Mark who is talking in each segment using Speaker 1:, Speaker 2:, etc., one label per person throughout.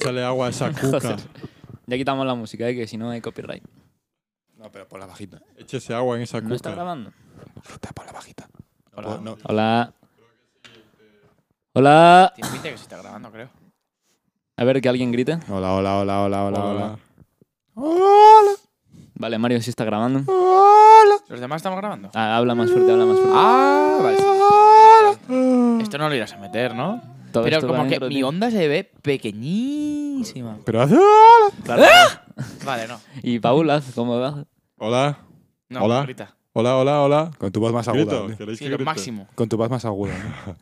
Speaker 1: Sale agua a esa cuca.
Speaker 2: Ya quitamos la música, ¿eh? que si no hay copyright.
Speaker 3: No, pero por la bajita.
Speaker 1: Échese agua en esa cuca.
Speaker 2: ¿No está grabando?
Speaker 3: Bajita, por la bajita.
Speaker 2: Hola.
Speaker 3: No, no.
Speaker 2: Hola. Hola.
Speaker 4: Tiene pinta de que se está grabando, creo.
Speaker 2: A ver, que alguien grite.
Speaker 3: Hola, hola, hola, hola, hola, hola.
Speaker 2: Vale, Mario, sí está grabando.
Speaker 4: ¿Los demás estamos grabando?
Speaker 2: Ah, habla más fuerte, habla más fuerte.
Speaker 4: Ah, vale. Esto no lo irás a meter, ¿no?
Speaker 2: Todo
Speaker 4: Pero
Speaker 2: esto va
Speaker 4: como que
Speaker 2: dentro,
Speaker 4: mi
Speaker 2: tío.
Speaker 4: onda se ve pequeñísima.
Speaker 1: Pero hace...
Speaker 2: Claro.
Speaker 4: Vale, no.
Speaker 2: Y Paul, haz como va.
Speaker 1: Hola,
Speaker 4: No,
Speaker 1: Hola.
Speaker 4: grita.
Speaker 1: hola, hola, hola.
Speaker 3: Con tu voz más aguda.
Speaker 1: Grito,
Speaker 3: tío.
Speaker 1: ¿queréis
Speaker 4: Sí,
Speaker 1: que
Speaker 4: lo
Speaker 1: grite?
Speaker 4: máximo.
Speaker 3: Con tu voz más aguda. ¿no?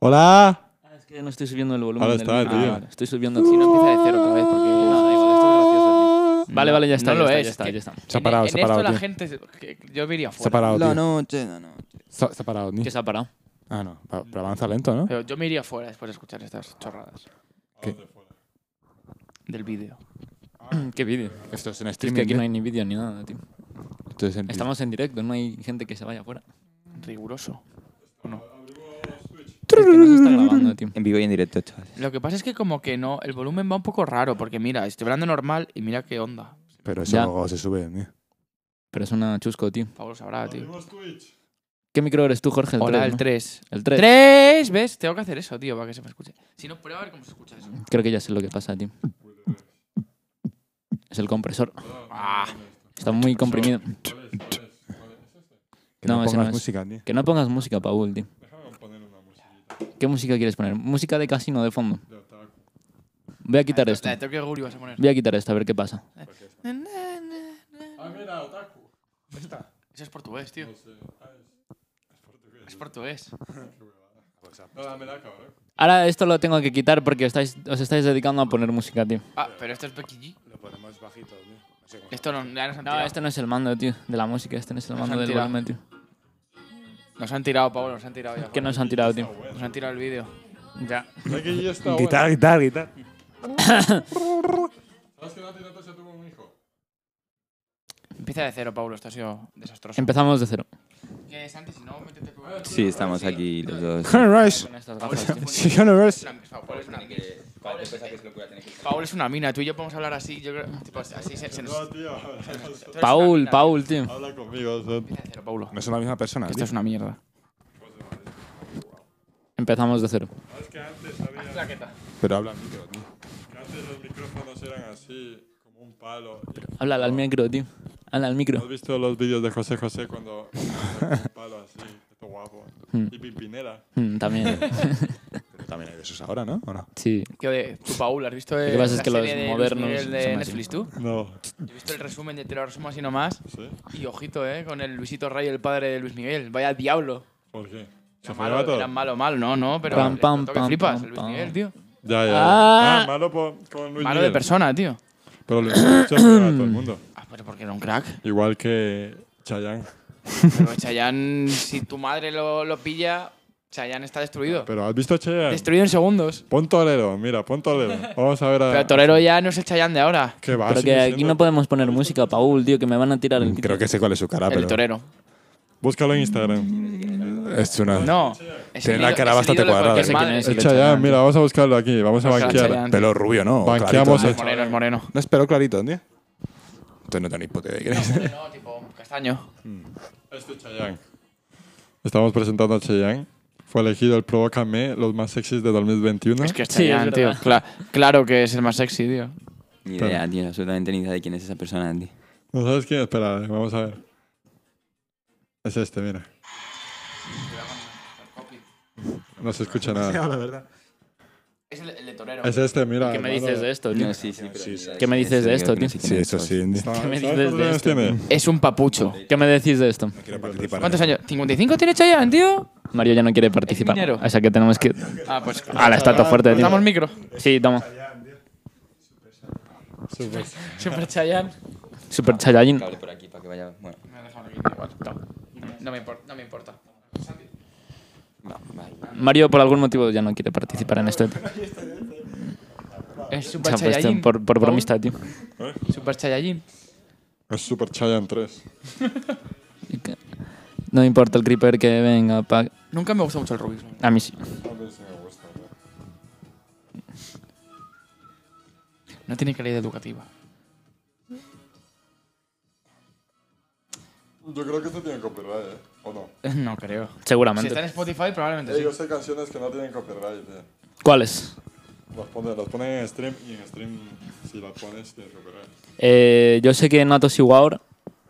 Speaker 1: Hola.
Speaker 2: Ah, Es que no estoy subiendo el volumen.
Speaker 1: Ahora
Speaker 2: del
Speaker 1: está,
Speaker 2: micro.
Speaker 1: tío.
Speaker 2: Ah, vale, Estoy subiendo.
Speaker 4: Si no empieza de cero otra vez, porque nada, igual, esto es gracioso. tío.
Speaker 2: Vale, vale, ya está.
Speaker 4: No
Speaker 2: ya
Speaker 4: lo
Speaker 2: está,
Speaker 4: es,
Speaker 2: Ya está,
Speaker 4: que-
Speaker 2: ya está.
Speaker 3: Se ha parado,
Speaker 4: en, e-
Speaker 3: se ha
Speaker 4: en esto
Speaker 3: parado,
Speaker 4: la
Speaker 3: tío.
Speaker 4: gente, se- que- que yo diría
Speaker 3: Se ha
Speaker 4: fuera.
Speaker 3: parado,
Speaker 5: La
Speaker 3: tío.
Speaker 5: noche, la noche.
Speaker 3: Se se ha parado, tío.
Speaker 2: ¿Qué se ha parado?
Speaker 3: Ah, no. Pa- Pero avanza lento, ¿no?
Speaker 4: Pero yo me iría fuera después de escuchar estas chorradas.
Speaker 3: ¿Qué?
Speaker 4: Del vídeo.
Speaker 2: ¿Qué vídeo?
Speaker 3: Esto es en
Speaker 2: Es
Speaker 3: streaming.
Speaker 2: que aquí no
Speaker 3: ¿eh?
Speaker 2: hay ni vídeo ni nada, tío.
Speaker 3: Esto es en-
Speaker 2: Estamos en directo, no hay gente que se vaya afuera.
Speaker 4: Riguroso. ¿O no?
Speaker 2: Es que no se está grabando, tío.
Speaker 5: En vivo y en directo, chavales.
Speaker 4: Lo que pasa es que como que no, el volumen va un poco raro, porque mira, estoy hablando normal y mira qué onda.
Speaker 3: Pero eso
Speaker 2: Ya.
Speaker 3: luego se sube, tío.
Speaker 2: Pero es una chusco, Ah, tío.
Speaker 4: Pablo sabrá, tío.
Speaker 2: ¿Qué micro eres tú, Jorge? El
Speaker 4: Hola,
Speaker 2: tres,
Speaker 4: el
Speaker 2: ¿no? El
Speaker 4: 3.
Speaker 2: 3.
Speaker 4: ¡Tres! ¿Ves? Tengo que hacer eso, tío, para que se me escuche. Si no, prueba a ver cómo se escucha eso.
Speaker 2: Creo que ya sé lo que pasa, tío. Es el compresor.
Speaker 4: Ah,
Speaker 2: Está muy comprimido.
Speaker 3: Que
Speaker 2: No,
Speaker 3: no,
Speaker 2: ese
Speaker 3: pongas
Speaker 2: no es.
Speaker 3: música, tío.
Speaker 2: Que no pongas música, Paul, tío. ¿Qué música quieres poner? Música de casino de fondo. Voy a quitar esto.
Speaker 4: La tengo que Guri vas a poner.
Speaker 2: Voy a quitar esto, a ver qué pasa.
Speaker 4: Na, na, na,
Speaker 1: Ah,
Speaker 4: na. Eso es portugués, tío. Es portugués.
Speaker 2: Ahora esto lo tengo que quitar porque estáis, os estáis dedicando a poner música, tío.
Speaker 4: Ah, pero esto es Becky G.
Speaker 3: Lo ponemos bajito, tío. No sé cómo.
Speaker 4: Esto no, ya nos han
Speaker 2: No,
Speaker 4: tirado.
Speaker 2: este no es el mando, tío, de la música. Este no es el
Speaker 4: Nos
Speaker 2: mando
Speaker 4: han
Speaker 2: del
Speaker 4: tirado.
Speaker 2: volumen, tío.
Speaker 4: Nos han tirado, Pablo, nos han tirado ya.
Speaker 2: Que nos han tirado, tío.
Speaker 4: Nos han tirado el vídeo.
Speaker 2: Ya.
Speaker 1: Ya que ya está bueno.
Speaker 3: Guitar, guitar, guitar.
Speaker 1: ¿Sabes que Nati Natasha tuvo un hijo?
Speaker 4: Empieza de cero, Pablo, esto ha sido desastroso.
Speaker 2: Empezamos de cero.
Speaker 4: ¿Qué Santi? Si no, métete tú.
Speaker 5: Sí, estamos aquí los dos.
Speaker 3: Henry Rice.
Speaker 2: Con estas
Speaker 4: Este
Speaker 2: gafas, tío.
Speaker 3: Sí, Henry Rice.
Speaker 4: Pablo es una mina.
Speaker 5: pues,
Speaker 4: Paul es una mina. Tú y yo podemos hablar así. Yo creo. Tipo, así se, se nos.
Speaker 1: No, tío.
Speaker 4: tú eres una
Speaker 2: Paul,
Speaker 4: mina.
Speaker 2: Paul, tío.
Speaker 1: Habla conmigo. o sea,
Speaker 4: Empieza de cero, Paulo.
Speaker 3: No son la misma persona,
Speaker 4: Esto
Speaker 3: tío.
Speaker 4: es una mierda.
Speaker 2: Empezamos de cero.
Speaker 1: Es que antes había...
Speaker 4: Plaqueta.
Speaker 3: Pero habla al micro, tío.
Speaker 1: que antes los micrófonos eran así, como un palo. y-
Speaker 2: Háblale al micro, tío. Habla al
Speaker 1: ¿No ¿Has
Speaker 2: micro.
Speaker 1: visto los vídeos de José José cuando saca un palo así? Esto guapo.
Speaker 2: Hmm.
Speaker 1: Y Pimpinela.
Speaker 2: Mm, También.
Speaker 3: Pero también hay de esos ahora, ¿no? ¿O no?
Speaker 2: Sí.
Speaker 4: ¿Qué de tú, Paul? ¿Has visto el,
Speaker 2: que pasa es
Speaker 4: la
Speaker 2: que los
Speaker 4: serie de Luis
Speaker 2: modernos
Speaker 4: Miguel de
Speaker 2: son así.
Speaker 4: Netflix, tú?
Speaker 1: No.
Speaker 4: Yo he visto el resumen, de te lo resumo así nomás.
Speaker 1: ¿Sí?
Speaker 4: Y ojito, eh, con el Luisito Rey, el padre de Luis Miguel. Vaya diablo.
Speaker 1: ¿Por qué? ¿Se
Speaker 4: Era
Speaker 1: fallaba
Speaker 4: malo,
Speaker 1: todo?
Speaker 4: era malo, malo. No, no, pero.
Speaker 2: Pam,
Speaker 4: el
Speaker 2: pam,
Speaker 4: tonto que
Speaker 2: pam,
Speaker 4: flipas,
Speaker 2: pam,
Speaker 4: el Luis
Speaker 2: pam.
Speaker 4: Miguel, tío.
Speaker 1: Ya, ya.
Speaker 2: Ah.
Speaker 1: ya. Ah, malo po- con Luis
Speaker 4: Malo de
Speaker 1: Miguel.
Speaker 4: persona, tío.
Speaker 1: Pero Luis Miguel se lo fallaba a todo el mundo.
Speaker 4: Ah, pero porque era un crack.
Speaker 1: Igual que Chayanne.
Speaker 4: Pero Chayanne, si tu madre lo, lo pilla, Chayanne está destruido.
Speaker 1: Ah, Pero ¿has visto a Chayanne?
Speaker 4: Destruido en segundos.
Speaker 1: Pon Torero, mira, pon Torero. Vamos a ver a...
Speaker 4: Pero Torero ya no es el Chayanne de ahora.
Speaker 1: ¿Qué
Speaker 3: Ah,
Speaker 1: va?
Speaker 2: Pero que
Speaker 1: sigue
Speaker 2: aquí
Speaker 1: siendo-
Speaker 2: no podemos poner música, Paul, tío, que me van a tirar el
Speaker 3: Mm, Creo que sé cuál es su cara,
Speaker 4: El
Speaker 3: Ah, pero
Speaker 4: Torero.
Speaker 1: Búscalo en Instagram.
Speaker 3: es una...
Speaker 4: No. es
Speaker 3: Tiene
Speaker 4: el
Speaker 3: la
Speaker 4: ídolo-
Speaker 3: cara
Speaker 4: es el
Speaker 3: bastante
Speaker 4: ídolo de
Speaker 3: cuadrada,
Speaker 4: cualquier
Speaker 3: ¿eh?
Speaker 4: madre.
Speaker 2: Es
Speaker 1: El
Speaker 2: el
Speaker 1: Chayanne,
Speaker 2: Chayanne.
Speaker 1: mira, vamos a buscarlo aquí. Vamos a
Speaker 4: Búscalo al
Speaker 1: banquear.
Speaker 4: Chayanne.
Speaker 3: Pelo rubio, ¿no?
Speaker 1: Banqueamos
Speaker 3: Clarito,
Speaker 4: Es moreno, es moreno.
Speaker 3: No es pelo clarito, tío. Entonces no tenéis puta idea de quién es.
Speaker 4: No, tipo castaño.
Speaker 1: Este Chayanne. Estamos presentando a Chayanne. Fue elegido el Provócame, los más sexys de 2021.
Speaker 4: Es que es
Speaker 2: Sí, es
Speaker 4: Chayanne, tío.
Speaker 2: verdad.
Speaker 4: Cla- claro que es el más sexy, tío.
Speaker 5: Ni idea, tío, absolutamente ni idea de quién es esa persona, tío.
Speaker 1: ¿No sabes quién? Espera, vamos a ver. Es este, mira. No se escucha nada.
Speaker 4: Es el, de torero.
Speaker 1: Es este, mira.
Speaker 2: ¿Qué me
Speaker 1: hermano.
Speaker 2: dices de esto, tío?
Speaker 5: No, sí, sí, pero ni idea
Speaker 2: ¿Qué me
Speaker 5: quién es,
Speaker 2: dices de
Speaker 5: digo
Speaker 2: esto,
Speaker 5: que no sé
Speaker 2: tío?
Speaker 5: quién
Speaker 3: Sí,
Speaker 5: es.
Speaker 3: eso sí. tío.
Speaker 1: ¿Sabes
Speaker 2: ¿Qué
Speaker 1: cuántos
Speaker 2: me dices de este?
Speaker 1: años
Speaker 2: esto?
Speaker 1: tiene?
Speaker 4: Es un papucho.
Speaker 2: ¿Qué me decís de esto?
Speaker 3: Quiero participar.
Speaker 4: ¿Cuántos años? ¿55 tiene Chayanne, tío?
Speaker 2: Mario ya no quiere participar.
Speaker 4: minero.
Speaker 2: O sea que tenemos que.
Speaker 4: Ah, pues.
Speaker 2: Ah, la estatua fuerte, tío.
Speaker 4: Damos micro.
Speaker 2: Sí, toma.
Speaker 4: Super Chayanne.
Speaker 2: Super Saiyajin.
Speaker 5: Cable por aquí para que vaya. Bueno,
Speaker 4: Me ha dejado aquí, da igual. No me impor- no me importa.
Speaker 5: va, vale.
Speaker 2: Mario, por algún motivo, ya no quiere participar en esto, tío.
Speaker 4: Es
Speaker 2: O
Speaker 4: Super
Speaker 2: sea, pues,
Speaker 4: Chayanne.
Speaker 2: por, por bromista, tío.
Speaker 4: Super Chayanne.
Speaker 1: Es Super Chayanne 3.
Speaker 2: Y que- No me importa el creeper que venga. pa-
Speaker 4: Nunca me gusta mucho el Rubik.
Speaker 2: A mí sí.
Speaker 4: No tiene calidad educativa.
Speaker 1: Yo creo que esto tiene copyright, ¿eh? ¿O no?
Speaker 4: No creo. Si
Speaker 2: Seguramente.
Speaker 4: está en Spotify, probablemente
Speaker 1: Eh,
Speaker 4: sí.
Speaker 1: yo sé canciones que no tienen copyright, eh.
Speaker 2: ¿Cuáles?
Speaker 1: Las ponen, las ponen en stream y en stream, si las pones, tiene copyright.
Speaker 2: Eh, yo sé que Natos y Waor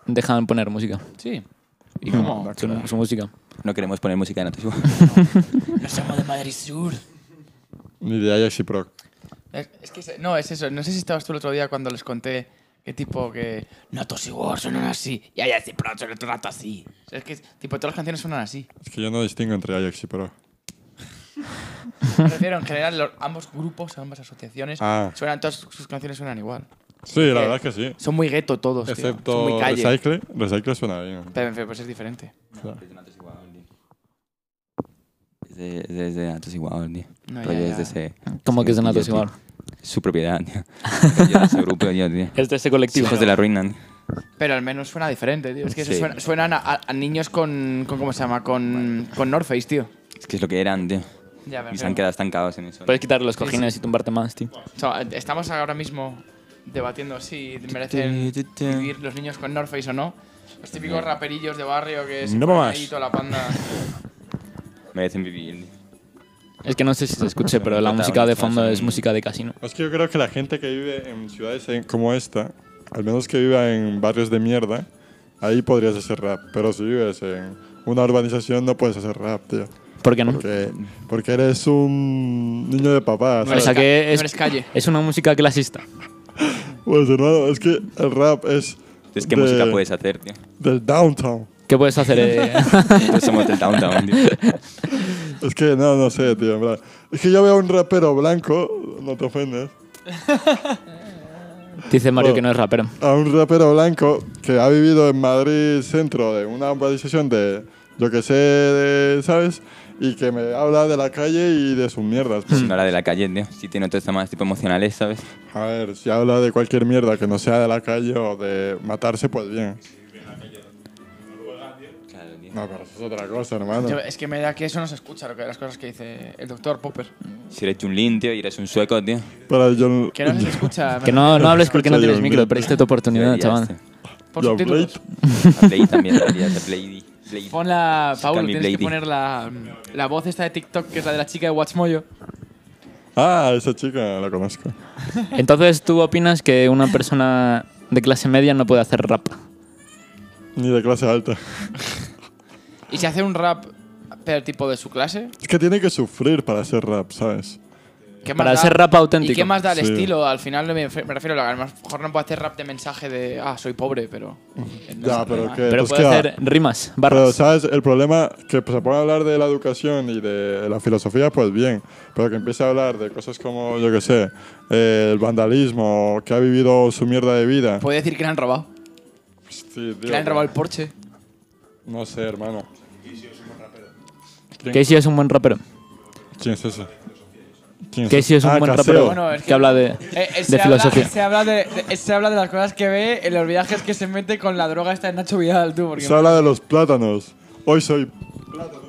Speaker 2: dejan poner música.
Speaker 4: Sí. ¿Y cómo?
Speaker 2: Su, su música.
Speaker 5: No queremos poner música en Atos.
Speaker 4: No somos de Madrid Sur.
Speaker 1: Ni de Ajax y Proc.
Speaker 4: Es, es que se- no, es eso. No sé si estabas tú el otro día cuando les conté qué tipo que. Natos y War suenan así. Y allá sí, pero suena todo rato así. O sea, es que tipo todas las canciones suenan así.
Speaker 1: Es que yo no distingo entre Ajax y Proc.
Speaker 4: Me refiero en general, los- ambos grupos, ambas asociaciones,
Speaker 1: Ah.
Speaker 4: suenan, todas sus canciones suenan igual.
Speaker 1: Sí, la verdad es que sí.
Speaker 4: Son muy gueto todos, tío. Son muy
Speaker 1: Excepto
Speaker 4: calle.
Speaker 1: Recycle. Recycle suena bien.
Speaker 4: Pero en fin, pues es diferente.
Speaker 5: Es de, es de, es de Atos y Guau, tío.
Speaker 4: No,
Speaker 5: Pero
Speaker 4: ya,
Speaker 5: yo
Speaker 4: ya.
Speaker 5: Pues, es de ese.
Speaker 2: ¿Cómo que es de Natos
Speaker 5: grupillo,
Speaker 2: y
Speaker 5: tío.
Speaker 2: Waor?
Speaker 5: Es Su propiedad, tío. Yo de ese grupo, yo, tío.
Speaker 2: Es de ese colectivo.
Speaker 5: Hijos de la ruina. tío.
Speaker 4: Pero al menos suena diferente, tío. Es que se
Speaker 5: Sí.
Speaker 4: suena- suenan a, a- a niños con, con. ¿Cómo se llama? Con, con North Face, tío.
Speaker 5: Es que es lo que eran, tío.
Speaker 4: Ya, pero-
Speaker 5: Y se han quedado estancados en eso.
Speaker 2: Puedes quitar los cojines y tumbarte más, tío.
Speaker 4: O sea, estamos ahora mismo debatiendo si merecen vivir los niños con North Face o no. Los típicos raperillos de barrio que se
Speaker 3: No
Speaker 4: ponen
Speaker 3: más.
Speaker 4: ahí toda la panda.
Speaker 5: Merecen vivir, tío.
Speaker 2: Es que no sé si se escuche, pero la música de fondo es música de casino.
Speaker 1: Es que yo creo que la gente que vive en ciudades en- como esta, al menos que viva en barrios de mierda, ahí podrías hacer rap. Pero si vives en una urbanización, no puedes hacer rap, tío.
Speaker 2: ¿Por qué no?
Speaker 1: Porque, porque eres un niño de papá.
Speaker 4: No
Speaker 2: O
Speaker 1: ¿sabes?
Speaker 2: sea que
Speaker 4: No eres
Speaker 2: es,
Speaker 4: calle.
Speaker 2: es una música clasista.
Speaker 1: Pues hermano, es que el rap es.
Speaker 5: Entonces, ¿qué
Speaker 1: de-
Speaker 5: música
Speaker 4: pues.
Speaker 5: puedes hacer, tío?
Speaker 1: Del downtown.
Speaker 2: ¿Qué puedes hacer? eh?
Speaker 5: Nosotros somos del downtown, tío.
Speaker 1: Es que no, no sé, tío, en verdad. Es que yo veo a un rapero blanco, no te ofendes,
Speaker 2: Dice Mario
Speaker 1: Oh.
Speaker 2: que no es rapero.
Speaker 1: a un rapero blanco que ha vivido en Madrid centro de una urbanización de, yo que sé, de- ¿sabes? Y que me habla de la calle y de sus mierdas.
Speaker 2: Hmm.
Speaker 1: pues.
Speaker 5: No la de la calle, tío. Si tiene otros temas tipo emocionales, ¿sabes?
Speaker 1: A ver, si habla de cualquier mierda que no sea de la calle o de matarse, pues bien.
Speaker 5: Claro, tío.
Speaker 1: No, pero eso es otra cosa, hermano.
Speaker 4: Yo- es que me da que eso no se escucha, lo que, las cosas que dice el doctor Popper.
Speaker 5: Si eres chunlín, tío, y eres un sueco, tío.
Speaker 1: Para John,
Speaker 4: Que no se escucha.
Speaker 2: Que no, no hables porque no
Speaker 1: Soy
Speaker 2: tienes
Speaker 1: un
Speaker 2: micro,
Speaker 1: mito.
Speaker 2: perdiste tu oportunidad,
Speaker 5: Deberías,
Speaker 2: chaval.
Speaker 5: tío.
Speaker 4: Por
Speaker 1: John
Speaker 4: subtítulos.
Speaker 1: Blade.
Speaker 5: A Blade también, deberías. A Blade. Blade.
Speaker 4: Pon la. Paul,
Speaker 5: Call me
Speaker 4: tienes que
Speaker 5: Blady.
Speaker 4: poner la, la voz esta de TikTok, que es la de la chica de Watchmoyo.
Speaker 1: Ah, esa chica la conozco.
Speaker 2: Entonces, ¿tú opinas que una persona de clase media no puede hacer rap?
Speaker 1: Ni de clase alta.
Speaker 4: Y si hace un rap, pero tipo de su clase.
Speaker 1: Es que tiene que sufrir para hacer rap, ¿sabes?
Speaker 4: ¿qué más
Speaker 2: Para
Speaker 4: da?
Speaker 2: hacer rap auténtico.
Speaker 4: ¿Y qué más da el
Speaker 1: Sí.
Speaker 4: estilo? Al final me, me refiero a lo mejor no puedo hacer rap de mensaje de ah, soy pobre, pero.
Speaker 1: Ya, pero que.
Speaker 2: Pero
Speaker 1: pues
Speaker 2: puede
Speaker 1: que va.
Speaker 2: hacer rimas,
Speaker 1: Pero,
Speaker 2: barras.
Speaker 1: ¿sabes? El problema que pues, se pone a hablar de la educación y de la filosofía, pues bien. Pero que empiece a hablar de cosas como, yo qué sé, eh, el vandalismo, que ha vivido su mierda de vida.
Speaker 4: Puede decir que le han robado.
Speaker 1: Sí, tío,
Speaker 4: Pues, Que le han robado el Porsche.
Speaker 1: No sé, hermano.
Speaker 2: Casey es un buen rapero.
Speaker 1: ¿Quién es ese? ¿Quién
Speaker 2: Casey es un
Speaker 1: Ah,
Speaker 2: buen
Speaker 1: Caseo.
Speaker 2: rapero
Speaker 4: Bueno, es
Speaker 2: que, eh,
Speaker 4: que-
Speaker 2: habla de, de filosofía.
Speaker 4: Eh, se, habla de, de- se habla de las cosas que ve en los viajes que se mete con la droga esta de Nacho Vidal, tú. Porque
Speaker 1: Se habla de los plátanos. Hoy soy plátano.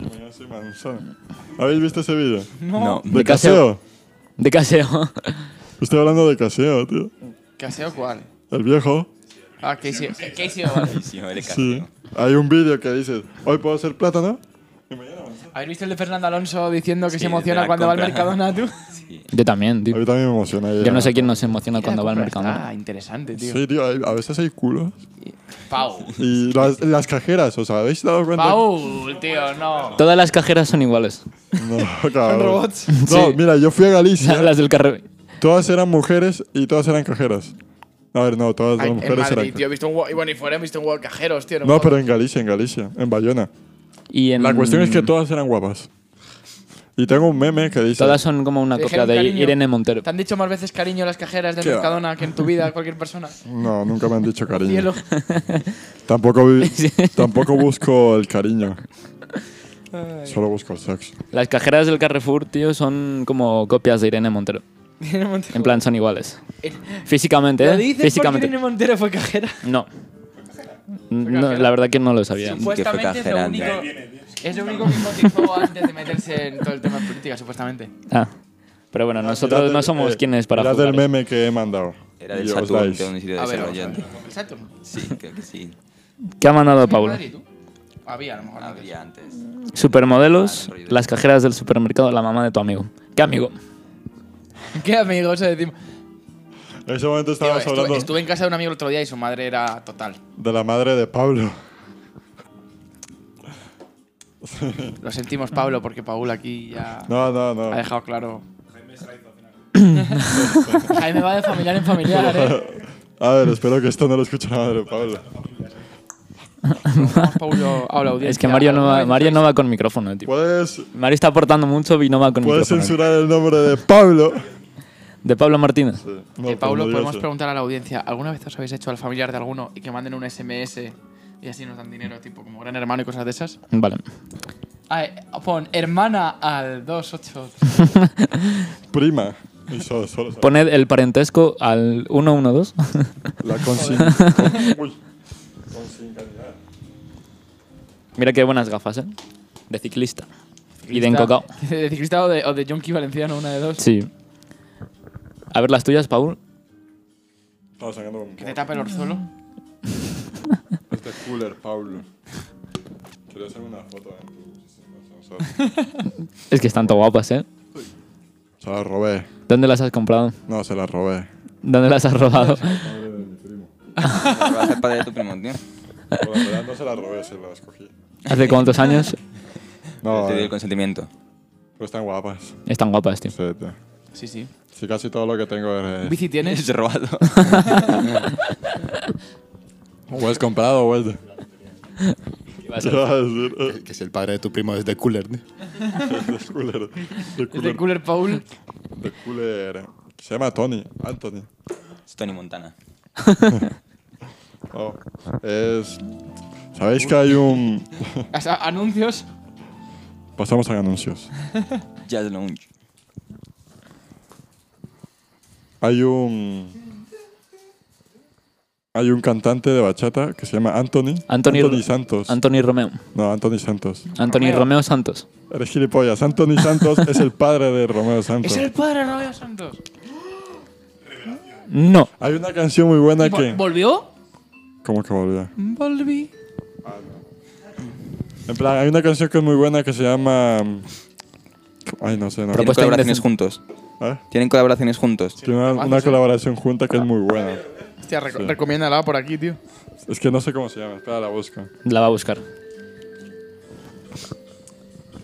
Speaker 1: y Mañana soy manzana. ¿Habéis visto ese vídeo?
Speaker 5: No.
Speaker 1: ¿De,
Speaker 2: De Caseo.
Speaker 1: Caseo?
Speaker 2: De caseo.
Speaker 1: Estoy hablando de Caseo, tío.
Speaker 4: ¿Caseo cuál?
Speaker 1: El viejo.
Speaker 4: Ah, Casey. Casey
Speaker 5: Sí, no, eres
Speaker 1: Sí.
Speaker 5: casero.
Speaker 1: Hay un vídeo que dice, hoy puedo ser plátano. Y mañana manzana.
Speaker 4: ¿Habéis visto el de Fernando Alonso diciendo que
Speaker 5: Sí,
Speaker 4: se emociona
Speaker 5: de la
Speaker 4: cuando va al
Speaker 5: compra.
Speaker 4: Mercadona, tú?
Speaker 5: Sí.
Speaker 2: Yo también,
Speaker 1: A
Speaker 2: tío.
Speaker 1: mí también me emociona.
Speaker 2: Yo no sé quién nos emociona cuando va al
Speaker 4: Ah,
Speaker 2: mercado.
Speaker 4: interesante, tío.
Speaker 1: Sí, tío, hay- a veces hay culos.
Speaker 4: Pau.
Speaker 1: Y las, las cajeras, ¿os habéis dado cuenta?
Speaker 4: Paul, tío, no.
Speaker 2: Todas las cajeras son iguales.
Speaker 1: No, cabrón.
Speaker 4: robots.
Speaker 1: No,
Speaker 2: Sí.
Speaker 1: mira, yo fui a Galicia.
Speaker 2: las del carro.
Speaker 1: Todas eran mujeres y todas eran cajeras. A ver, no, todas las
Speaker 4: Ay, en
Speaker 1: mujeres
Speaker 4: Madrid,
Speaker 1: eran.
Speaker 4: tío, he visto un huevo- y bueno, y fuera he visto un huevo de cajeros, tío.
Speaker 1: No,
Speaker 4: me
Speaker 1: pero en Galicia, en Galicia, en Bayona.
Speaker 2: Y en,
Speaker 1: La cuestión es que todas eran guapas. Y tengo un meme que dice.
Speaker 2: Todas son como una
Speaker 4: Te
Speaker 2: copia
Speaker 4: dijeron,
Speaker 2: de
Speaker 4: "Cariño".
Speaker 2: Irene Montero.
Speaker 4: ¿Te han dicho más veces cariño las cajeras del
Speaker 1: ¿Qué va?
Speaker 4: Mercadona que en tu vida cualquier persona?
Speaker 1: No, nunca me han dicho cariño.
Speaker 4: Cielo.
Speaker 1: Tampoco, vi-
Speaker 2: Sí.
Speaker 1: tampoco busco el cariño. Solo busco el sexo.
Speaker 2: Las cajeras del Carrefour, tío, son como copias de Irene Montero.
Speaker 4: Irene Montero.
Speaker 2: En plan, son iguales. Físicamente,
Speaker 4: Eh, ¿Lo
Speaker 2: ¿eh?
Speaker 4: dices porque Irene
Speaker 2: Físicamente.
Speaker 4: Montero fue cajera?
Speaker 2: No. No, La verdad que no lo sabía.
Speaker 5: fue
Speaker 4: Supuestamente es lo
Speaker 5: cajera,
Speaker 4: único...
Speaker 5: Andrea.
Speaker 4: Es lo único que cotizó antes de meterse en todo el tema de política, supuestamente.
Speaker 2: Ah. Pero bueno, nosotros
Speaker 1: Mirad
Speaker 2: no
Speaker 1: el-
Speaker 2: somos
Speaker 1: eh,
Speaker 2: quienes para
Speaker 1: mirad
Speaker 2: jugar.
Speaker 1: el meme que he mandado.
Speaker 5: Era del
Speaker 1: Y os
Speaker 5: Saturn,
Speaker 1: dais.
Speaker 5: tengo un sitio
Speaker 4: A ver,
Speaker 5: desarrollando.
Speaker 4: ¿El Saturn?
Speaker 5: Sí, creo que sí.
Speaker 2: ¿Qué ha mandado Paul?
Speaker 4: Madrid, tú? Había, a lo mejor. antes.
Speaker 5: Había antes.
Speaker 2: Supermodelos,
Speaker 5: Ah, ruido.
Speaker 2: las cajeras del supermercado, la mamá de tu amigo. ¿Qué amigo?
Speaker 4: ¿Qué amigos? eh, decimos?
Speaker 1: En ese momento
Speaker 4: Tío,
Speaker 1: estábamos
Speaker 4: estuve,
Speaker 1: hablando
Speaker 4: estuve en casa de un amigo el otro día y su madre era total.
Speaker 1: de la madre de Pablo.
Speaker 4: Lo sentimos, Pablo, porque Paul aquí ya
Speaker 1: No, no, no.
Speaker 4: ha dejado claro. Jaime va de familiar en familiar, ¿eh?
Speaker 1: A ver, espero que esto no lo escuche la madre de Pablo.
Speaker 4: Vamos, Paulo, a la audiencia.
Speaker 2: Es que Mario no va,
Speaker 4: Alguna
Speaker 2: Mario
Speaker 4: vez
Speaker 2: no va con micrófono, tío.
Speaker 1: Puedes,
Speaker 2: Mario está aportando mucho y no va con
Speaker 1: puedes
Speaker 2: micrófono.
Speaker 1: censurar el nombre de Pablo.
Speaker 2: De Pablo Martínez.
Speaker 1: No,
Speaker 4: Eh, Pablo,
Speaker 1: pues no
Speaker 4: podemos
Speaker 1: digas eso.
Speaker 4: preguntar a la audiencia, ¿alguna vez os habéis hecho al familiar de alguno y que manden un SMS y así nos dan dinero, tipo como gran hermano y cosas de esas?
Speaker 2: Vale.
Speaker 4: Ah, eh, pon hermana al 28.
Speaker 1: Prima. Y solo, solo- solo.
Speaker 2: Poned el parentesco al 112.
Speaker 1: La consin- Uy.
Speaker 2: Mira qué buenas gafas, ¿eh? De ciclista. Y de encocao.
Speaker 4: De ciclista o de, o de Yonki Valenciano, una de dos.
Speaker 2: Sí. A ver las tuyas, Paul.
Speaker 1: Estamos sacando un
Speaker 4: Que te tapa el orzuelo.
Speaker 1: Este cooler, Pablo. Quiero hacer una foto en tu- Se
Speaker 2: Es que están tan guapas, ¿eh?
Speaker 1: se la robé.
Speaker 2: ¿Dónde las has comprado?
Speaker 1: No, se la robé.
Speaker 2: ¿Dónde las has robado?
Speaker 1: Madre de mi primo.
Speaker 5: Va a ser padre de tu primo, tío.
Speaker 1: Bueno, en verdad no se la robé, se la escogí.
Speaker 2: ¿Hace cuántos años?
Speaker 1: No,
Speaker 5: Te doy
Speaker 1: eh,
Speaker 5: el consentimiento.
Speaker 1: pero están guapas.
Speaker 2: Están guapas, tío.
Speaker 1: Sí, tío.
Speaker 4: Sí, sí.
Speaker 1: Sí, casi todo lo que tengo es...
Speaker 4: ¿Bici tienes?
Speaker 5: Es robado.
Speaker 1: O es comprado o es... de- ¿Qué vas a decir? Eh,
Speaker 3: Que si el padre de tu primo es de cooler, tío.
Speaker 1: De cooler. De
Speaker 4: Es de
Speaker 1: cooler.
Speaker 4: Cooler Paul.
Speaker 1: De cooler. Se llama Tony. Anthony.
Speaker 5: Es Tony Montana.
Speaker 1: Oh, es... ¿Sabéis que hay un...
Speaker 4: O sea, anuncios.
Speaker 1: Pasamos a anuncios.
Speaker 5: Jazz Lounge.
Speaker 1: Hay un. Hay un cantante de bachata que se llama Anthony.
Speaker 2: Anthony,
Speaker 1: Santos.
Speaker 2: Anthony Romeo.
Speaker 1: no, Anthony Santos.
Speaker 2: Anthony Romeo,
Speaker 4: Romeo.
Speaker 2: Santos.
Speaker 1: Eres gilipollas. Anthony Santos es el padre de Romeo Santos.
Speaker 4: Es el padre de Romeo Santos.
Speaker 2: No.
Speaker 1: Hay una canción muy buena que.
Speaker 4: ¿Volvió?
Speaker 1: ¿Cómo que volvía?
Speaker 4: Volví.
Speaker 1: En plan, hay una canción que es muy buena que se llama. mm, Ay, no sé, no.
Speaker 5: Tienen
Speaker 2: Propuesta
Speaker 5: colaboraciones
Speaker 2: indecente.
Speaker 5: juntos.
Speaker 1: ¿Eh?
Speaker 5: Tienen colaboraciones juntos.
Speaker 1: Tiene una, una colaboración junta que es muy buena.
Speaker 4: Hostia, reco- recomiéndala por aquí, tío.
Speaker 1: Es que no sé cómo se llama. Espera, la busco.
Speaker 2: La va a buscar.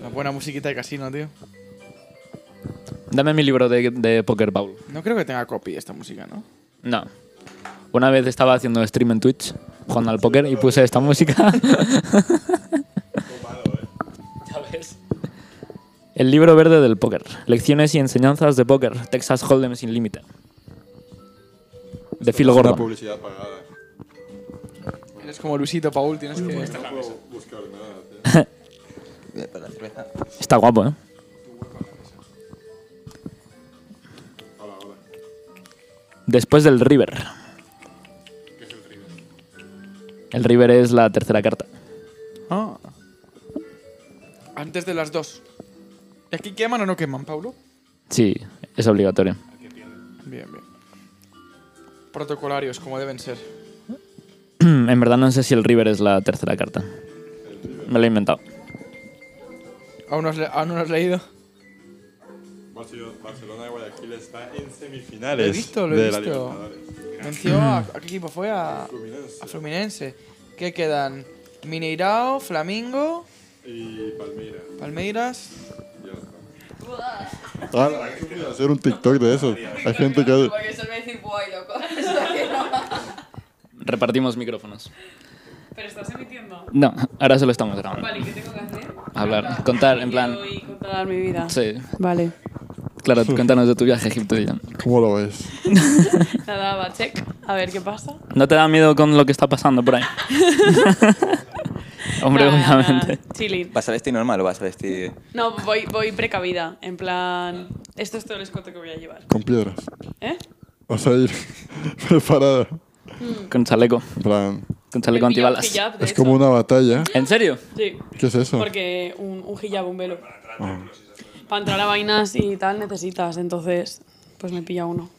Speaker 4: Una buena musiquita de casino, tío.
Speaker 2: Dame mi libro de, de póker, Paul.
Speaker 4: No creo que tenga copy esta música, ¿no?
Speaker 2: No. Una vez estaba haciendo stream en Twitch, jugando al póker, y puse esta música. Ya ves. El libro verde del póker. Lecciones y enseñanzas de póker. Texas Hold'em sin límite. De Phil
Speaker 1: Una
Speaker 2: Gordon.
Speaker 1: publicidad pagada.
Speaker 4: Eres como Luisito Paul, tienes
Speaker 1: No
Speaker 4: que.
Speaker 1: puedo buscar nada, tío.
Speaker 5: Eh, Para la cerveza.
Speaker 2: Está guapo, ¿eh? Después del River. ¿Qué es el River? El River es la tercera carta.
Speaker 4: Ah. Antes de las dos. ¿Y aquí queman o no queman, Paulo?
Speaker 2: Sí, es obligatorio.
Speaker 4: Bien, bien. Protocolarios, como deben ser.
Speaker 2: en verdad no sé si el River es la tercera carta. Me lo he inventado.
Speaker 4: ¿Aún no has, le- aún no lo has leído?
Speaker 1: Barcelona Barcelona de Guayaquil está en semifinales
Speaker 4: Lo he visto, lo he
Speaker 1: de la
Speaker 4: visto.
Speaker 1: Libertadores.
Speaker 4: Venció a, ¿a qué equipo fue? A,
Speaker 1: Fluminense
Speaker 4: a Fluminense. ¿Qué quedan? Mineirao, Flamingo,
Speaker 1: y Palmeiras.
Speaker 4: Palmeiras.
Speaker 1: hacer un TikTok de eso. Hay gente que hace.
Speaker 6: Porque eso me va a decir, guay, loco. Eso que no.
Speaker 2: Repartimos micrófonos.
Speaker 6: Pero estás emitiendo.
Speaker 2: No, ahora solo estamos grabando.
Speaker 6: Vale, ¿qué tengo que hacer?
Speaker 2: Hablar, contar, en plan-
Speaker 6: Y contar mi vida.
Speaker 2: Sí,
Speaker 6: Vale.
Speaker 2: claro, cuéntanos de tu viaje a Egipto. y ya.
Speaker 1: ¿Cómo lo ves?
Speaker 6: Nada, va, check. A ver qué pasa.
Speaker 2: ¿No te da miedo con lo que está pasando por ahí? Hombre,
Speaker 6: Nada, nada,
Speaker 2: obviamente.
Speaker 6: Chilling.
Speaker 5: ¿Vas a vestir normal o vas a vestir...?
Speaker 6: No, voy, voy precavida. En plan, esto es todo el escote que voy a llevar.
Speaker 1: Con piedras.
Speaker 6: ¿Eh?
Speaker 1: Vas a ir preparada.
Speaker 2: Con chaleco,
Speaker 1: En plan,
Speaker 2: con chaleco
Speaker 6: Me pillo un
Speaker 2: antibalas.
Speaker 6: hijab, de
Speaker 1: es como
Speaker 6: hecho.
Speaker 1: una batalla.
Speaker 2: ¿En serio?
Speaker 6: Sí.
Speaker 1: ¿Qué es eso?
Speaker 6: Porque un, un hijab, un velo. Para Para entrar a vainas y tal necesitas, entonces pues me pilla uno.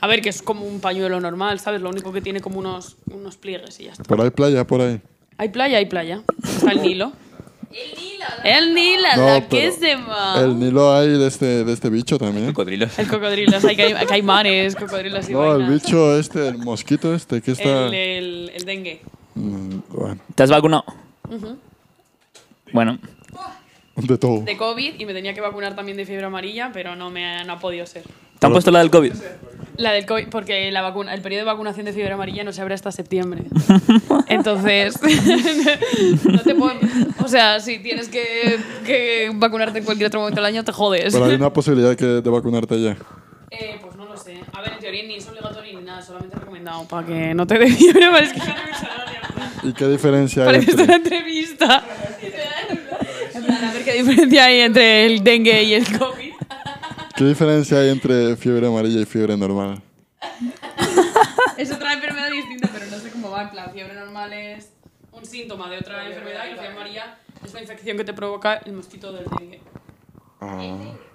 Speaker 6: A ver, que es como un pañuelo normal, ¿sabes? Lo único que tiene como unos, unos pliegues y ya está.
Speaker 1: Por ahí playa, por ahí.
Speaker 6: Hay playa, hay playa. Está el Nilo. El Nilo,
Speaker 1: No,
Speaker 6: la
Speaker 1: pero
Speaker 6: que se va.
Speaker 1: El Nilo hay de este, de este bicho también.
Speaker 5: Cocodrilos.
Speaker 6: El cocodrilo, o sea, que hay, que hay mares, cocodrilos y
Speaker 1: No, el
Speaker 6: vainas.
Speaker 1: bicho este, el mosquito este que está...
Speaker 6: El, eh, el- el dengue.
Speaker 1: Mm, Bueno,
Speaker 2: ¿Te has vacunado? Bueno,
Speaker 1: de todo.
Speaker 6: De COVID y me tenía que vacunar también de fiebre amarilla, pero no me ha, no ha podido ser.
Speaker 2: ¿te han puesto la del COVID?
Speaker 6: La del COVID, porque la vacuna, el periodo de vacunación de fiebre amarilla no se abre hasta septiembre. Entonces, no te puedo- O sea, si tienes que, que vacunarte en cualquier otro momento del año, te jodes.
Speaker 1: Pero hay una posibilidad que de vacunarte ya.
Speaker 6: Eh, pues no lo sé. A ver, en teoría ni es obligatorio ni nada, solamente recomendado para que no te dé fiebre amarilla. Es que ya no me sale,
Speaker 1: ¿Y qué diferencia hay
Speaker 6: Parece
Speaker 1: entre-
Speaker 6: una entrevista. En plan, a ver qué diferencia hay entre el dengue y el COVID.
Speaker 1: ¿Qué diferencia hay entre fiebre amarilla y fiebre normal?
Speaker 6: Es otra enfermedad distinta, pero no sé cómo va. En plan, fiebre normal es un síntoma de otra enfermedad y la fiebre amarilla es la infección que te provoca el mosquito del dengue.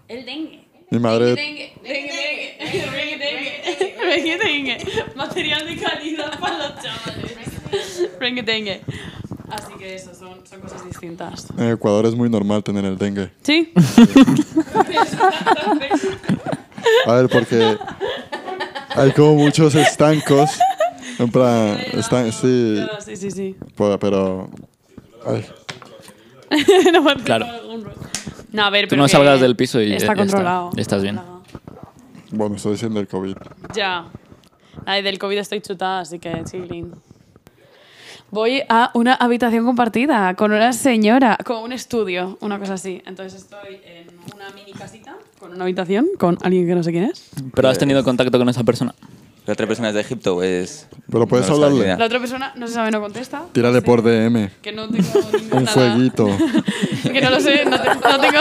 Speaker 6: El dengue.
Speaker 1: Mi madre,
Speaker 6: Dengue, dengue, dengue, dengue, dengue, dengue, dengue. Material de calidad para los chavales. Dengue, dengue. Así que eso, son, son cosas distintas.
Speaker 1: en Ecuador es muy normal tener el dengue.
Speaker 6: ¿Sí?
Speaker 1: A ver, porque hay como muchos estancos. En plan, están, sí,
Speaker 6: Ah, Sí, sí, sí.
Speaker 1: po- pero... ay,
Speaker 6: no, porque
Speaker 2: Claro.
Speaker 6: no, algunos. No, a ver,
Speaker 2: Tú
Speaker 6: pero
Speaker 2: no
Speaker 6: que
Speaker 2: salgas del piso y ya
Speaker 6: está
Speaker 2: está,
Speaker 6: controlado.
Speaker 2: estás bien.
Speaker 1: bueno, estoy diciendo el COVID.
Speaker 6: Ya. Ay, del COVID estoy chutada, así que chilling. Voy a una habitación compartida con una señora, con un estudio, una cosa así. Entonces estoy en una mini casita con una habitación con alguien que no sé quién es.
Speaker 2: Pero has tenido contacto con esa persona.
Speaker 5: La otra persona es de Egipto, pues.
Speaker 1: Pero puedes
Speaker 5: lo sabe
Speaker 1: hablarle.
Speaker 5: ni idea.
Speaker 6: La otra persona no se sabe, no contesta.
Speaker 1: Tírale
Speaker 6: Sí.
Speaker 1: Ah. por DM.
Speaker 6: Que no tengo ninguna-
Speaker 1: Un fueguito.
Speaker 6: Que no lo sé, no, te- no tengo.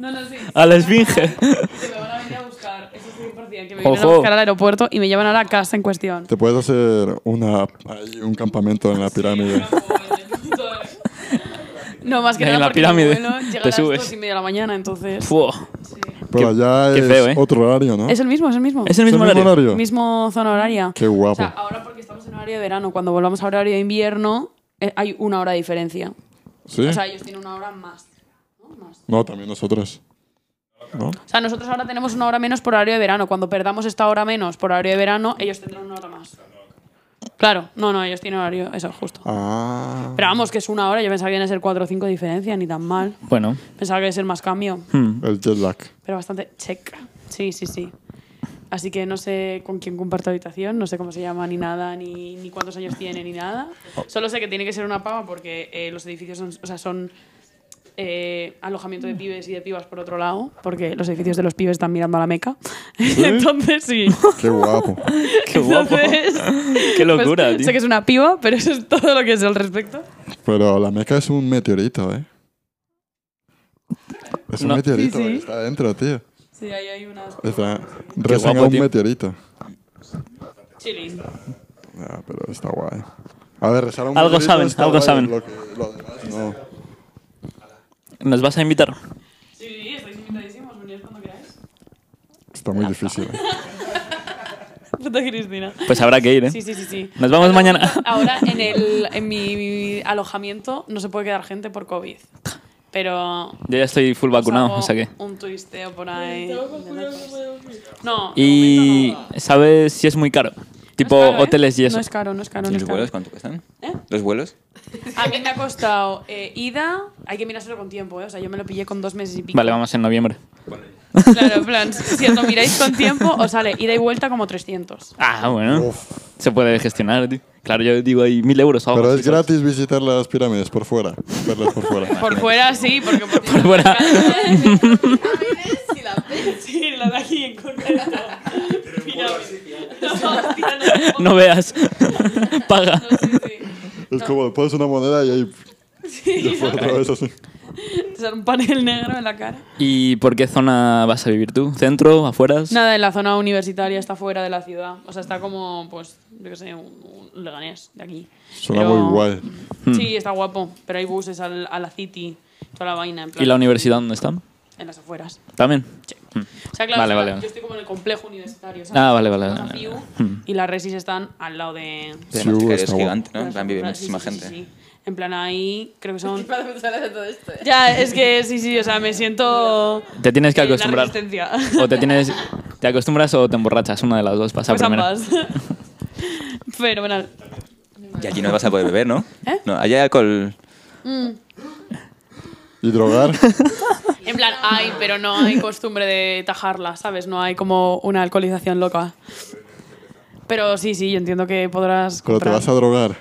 Speaker 6: No lo sé.
Speaker 1: Ah.
Speaker 2: A la esfinge.
Speaker 6: Que me van a venir a buscar, eso es 100%, que me vienen a
Speaker 2: Ojo.
Speaker 6: buscar al aeropuerto y me llevan a la casa en cuestión.
Speaker 1: Te puedes hacer una, ahí un campamento en la pirámide.
Speaker 6: No, más que
Speaker 2: En
Speaker 6: nada
Speaker 2: la
Speaker 6: porque
Speaker 2: pirámide.
Speaker 6: mi vuelo llega
Speaker 2: Te
Speaker 6: a las
Speaker 2: subes.
Speaker 6: dos y media de la mañana, entonces...
Speaker 2: Fua.
Speaker 1: Pero allá
Speaker 2: qué
Speaker 1: es
Speaker 2: feo, ¿eh?
Speaker 1: otro horario, ¿no?
Speaker 6: Es el mismo, es el mismo.
Speaker 2: Es el mismo horario.
Speaker 6: Mismo zona horaria.
Speaker 1: Qué
Speaker 6: O
Speaker 1: guapo.
Speaker 6: sea, ahora porque estamos en horario de verano, cuando volvamos a horario de invierno, eh, hay una hora de diferencia.
Speaker 1: ¿Sí?
Speaker 2: ¿Eh?
Speaker 6: O sea, ellos tienen una hora más. ¿no? Más.
Speaker 1: No, también nosotros. ¿No?
Speaker 6: O sea, nosotros ahora tenemos una hora menos por horario de verano. Cuando perdamos esta hora menos por horario de verano, ellos tendrán una hora más. Claro, no, no, ellos tienen horario, eso, justo.
Speaker 1: Ah.
Speaker 6: Pero vamos, que es una hora, yo pensaba que iban a ser 4 o 5 de diferencia, ni tan mal.
Speaker 2: Bueno.
Speaker 6: Pensaba que iba a ser más cambio,
Speaker 1: Mm. El jet lag.
Speaker 6: pero bastante check. Sí, sí, sí. Así que no sé con quién comparto habitación, no sé cómo se llama ni nada, ni, ni cuántos años tiene, ni nada. Solo sé que tiene que ser una pava porque eh, los edificios son, o sea, son eh, alojamiento de pibes y de pibas por otro lado, porque los edificios de los pibes están mirando a la meca. Entonces, sí.
Speaker 1: Qué guapo.
Speaker 2: Qué guapo.
Speaker 6: Entonces,
Speaker 2: Qué
Speaker 6: pues,
Speaker 2: locura,
Speaker 6: Sé que
Speaker 2: tío.
Speaker 6: es una piba, pero eso es todo lo que sé al respecto.
Speaker 1: Pero la meca es un meteorito, ¿eh? Es un
Speaker 2: No.
Speaker 1: meteorito
Speaker 6: Sí, sí.
Speaker 1: que está adentro, tío.
Speaker 6: Sí, ahí hay unas...
Speaker 1: Está, rezan
Speaker 2: guapo,
Speaker 1: a un
Speaker 2: tío.
Speaker 1: meteorito.
Speaker 6: Chilling.
Speaker 1: Ah, pero está guay. A ver, rezar a un
Speaker 2: Algo
Speaker 1: meteorito
Speaker 2: saben,
Speaker 1: está
Speaker 2: algo
Speaker 1: guay,
Speaker 2: saben.
Speaker 1: Lo que- lo demás, no.
Speaker 2: ¿Nos vas a invitar?
Speaker 6: Sí, estáis invitadísimos, venid cuando queráis.
Speaker 1: Está muy difícil. ¿eh?
Speaker 6: Puta Cristina.
Speaker 2: Pues habrá que ir, ¿eh?
Speaker 6: Sí, sí, sí, sí.
Speaker 2: Nos vamos mañana.
Speaker 6: Ahora en, el, en mi, mi alojamiento no se puede quedar gente por COVID. Pero. os
Speaker 2: Yo ya estoy full vacunado,
Speaker 6: Pues hago
Speaker 2: o sea que...
Speaker 6: Un tuisteo por ahí. No. de
Speaker 2: Y
Speaker 6: momento no.
Speaker 2: sabes si es muy caro. Tipo
Speaker 6: No es caro, ¿eh?
Speaker 2: hoteles y eso.
Speaker 6: No es caro, no es
Speaker 5: ¿Y
Speaker 6: caro. No
Speaker 5: los
Speaker 6: es
Speaker 5: vuelos
Speaker 6: caro.
Speaker 5: cuánto cuestan?
Speaker 6: ¿Eh?
Speaker 5: ¿Los vuelos?
Speaker 6: A mí me ha costado eh, ida, hay que mirárselo con tiempo, ¿eh? O sea, yo me lo pillé con dos meses y pico.
Speaker 2: Vale, vamos en noviembre.
Speaker 6: Claro, en plan, si os lo miráis con tiempo, os sale ida y vuelta como 300.
Speaker 2: Ah, bueno.
Speaker 1: Uf.
Speaker 2: Se puede gestionar, tío. Claro, yo digo ahí mil euros o algo
Speaker 1: Pero
Speaker 2: así,
Speaker 1: es
Speaker 2: ¿sabes?
Speaker 1: gratis visitar las pirámides por fuera. Verlas por fuera.
Speaker 6: Por fuera sí, porque por,
Speaker 2: Por fuera.
Speaker 6: Sí, la de aquí en concreto. Mira, no, hostia, no.
Speaker 2: No veas. Paga.
Speaker 6: No, sí, sí.
Speaker 1: Es como, pones una moneda y ahí... y fue otra vez así.
Speaker 6: te sale un panel negro en la cara.
Speaker 2: ¿Y por qué zona vas a vivir tú? ¿Centro? ¿Afueras?
Speaker 6: Nada, en la zona universitaria está fuera de la ciudad. O sea, está como, pues, yo qué sé, un, un leganés de aquí.
Speaker 1: Suena
Speaker 6: Pero-
Speaker 1: muy guay.
Speaker 6: Sí, está guapo. Pero hay buses al- a la city, toda la vaina. En, plan,
Speaker 2: ¿Y la universidad dónde están?
Speaker 6: en las afueras.
Speaker 2: ¿También?
Speaker 6: O sea, claro,
Speaker 2: Vale, vale,
Speaker 6: o sea,
Speaker 2: vale.
Speaker 6: yo estoy como en el complejo universitario. ¿sabes?
Speaker 2: Ah, vale, vale.
Speaker 6: Estamos
Speaker 2: vale,
Speaker 6: a
Speaker 2: vale,
Speaker 6: Fiu,
Speaker 2: vale.
Speaker 6: Y las resis están al lado de.
Speaker 1: Sí,
Speaker 5: Además, que
Speaker 1: está
Speaker 5: es
Speaker 1: guapo.
Speaker 5: gigante, ¿no? En plan, vive
Speaker 6: Sí, sí,
Speaker 5: muchísima
Speaker 6: sí,
Speaker 5: gente.
Speaker 6: sí. En plan, ahí creo que son.
Speaker 7: Para pensar pues de todo esto. ¿eh?
Speaker 6: Ya, es que sí, sí, o sea, me siento.
Speaker 2: Te tienes que
Speaker 6: en Eh, la
Speaker 2: acostumbrar.
Speaker 6: resistencia.
Speaker 2: O te tienes. Te acostumbras o te emborrachas, una de las dos pasa
Speaker 6: Pues
Speaker 2: primero.
Speaker 6: ambas. Fenomenal.
Speaker 5: Y allí no vas a poder beber, ¿no?
Speaker 6: ¿Eh?
Speaker 5: No, allá hay alcohol.
Speaker 1: ¿Y drogar?
Speaker 6: En plan, hay, pero no hay costumbre de tajarla, ¿sabes? No hay como una alcoholización loca. Pero sí, sí, yo entiendo que podrás
Speaker 1: Pero te
Speaker 6: comprar.
Speaker 1: vas a drogar.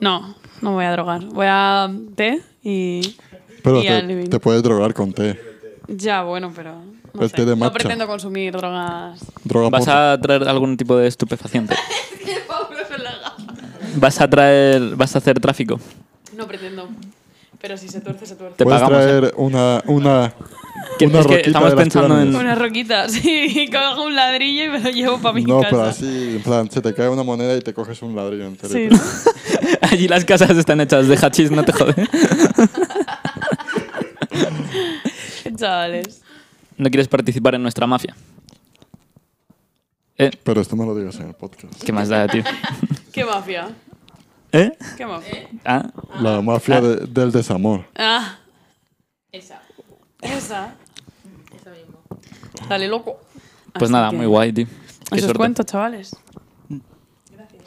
Speaker 6: No, no voy a drogar. Voy a té y
Speaker 1: Pero
Speaker 6: Y al
Speaker 1: te,
Speaker 6: living.
Speaker 1: te puedes drogar con té.
Speaker 6: ya, bueno, pero no,
Speaker 1: Pero
Speaker 6: sé.
Speaker 1: té de
Speaker 6: No
Speaker 1: matcha.
Speaker 6: pretendo consumir drogas.
Speaker 1: Droga
Speaker 2: ¿Vas
Speaker 1: poca.
Speaker 2: a traer algún tipo de estupefaciente?
Speaker 7: Pablo se la gana.
Speaker 2: ¿Vas a traer. ¿Vas a hacer tráfico?
Speaker 6: No pretendo. Pero si se tuerce, se tuerce.
Speaker 2: Te
Speaker 1: Puedes
Speaker 2: pagamos,
Speaker 1: traer una, una,
Speaker 2: Que-
Speaker 1: una
Speaker 2: es que
Speaker 1: roquita
Speaker 2: estamos
Speaker 1: de las
Speaker 2: pensando en-
Speaker 1: pirámides.
Speaker 6: Una roquita, sí, cojo un ladrillo y me lo llevo para mi
Speaker 1: No,
Speaker 6: casa.
Speaker 1: pero así, en plan, se te cae una moneda y te coges un ladrillo entero.
Speaker 6: Sí.
Speaker 2: Allí las casas están hechas de hachís, no te jode.
Speaker 6: Chavales.
Speaker 2: ¿No quieres participar en nuestra mafia? ¿Eh?
Speaker 1: Pero esto no lo digas en el podcast.
Speaker 2: ¿Qué más da, tío?
Speaker 6: ¿Qué mafia?
Speaker 2: ¿Eh?
Speaker 6: ¿Qué mafia?
Speaker 2: ¿Ah?
Speaker 1: La mafia de- del desamor.
Speaker 6: Ah,
Speaker 7: Esa.
Speaker 6: esa.
Speaker 7: Esa mismo.
Speaker 6: Dale, loco.
Speaker 2: Pues
Speaker 6: Así
Speaker 2: nada,
Speaker 6: que-
Speaker 2: muy guay, tío. Qué
Speaker 6: Eso os
Speaker 2: suerte.
Speaker 6: cuento, chavales.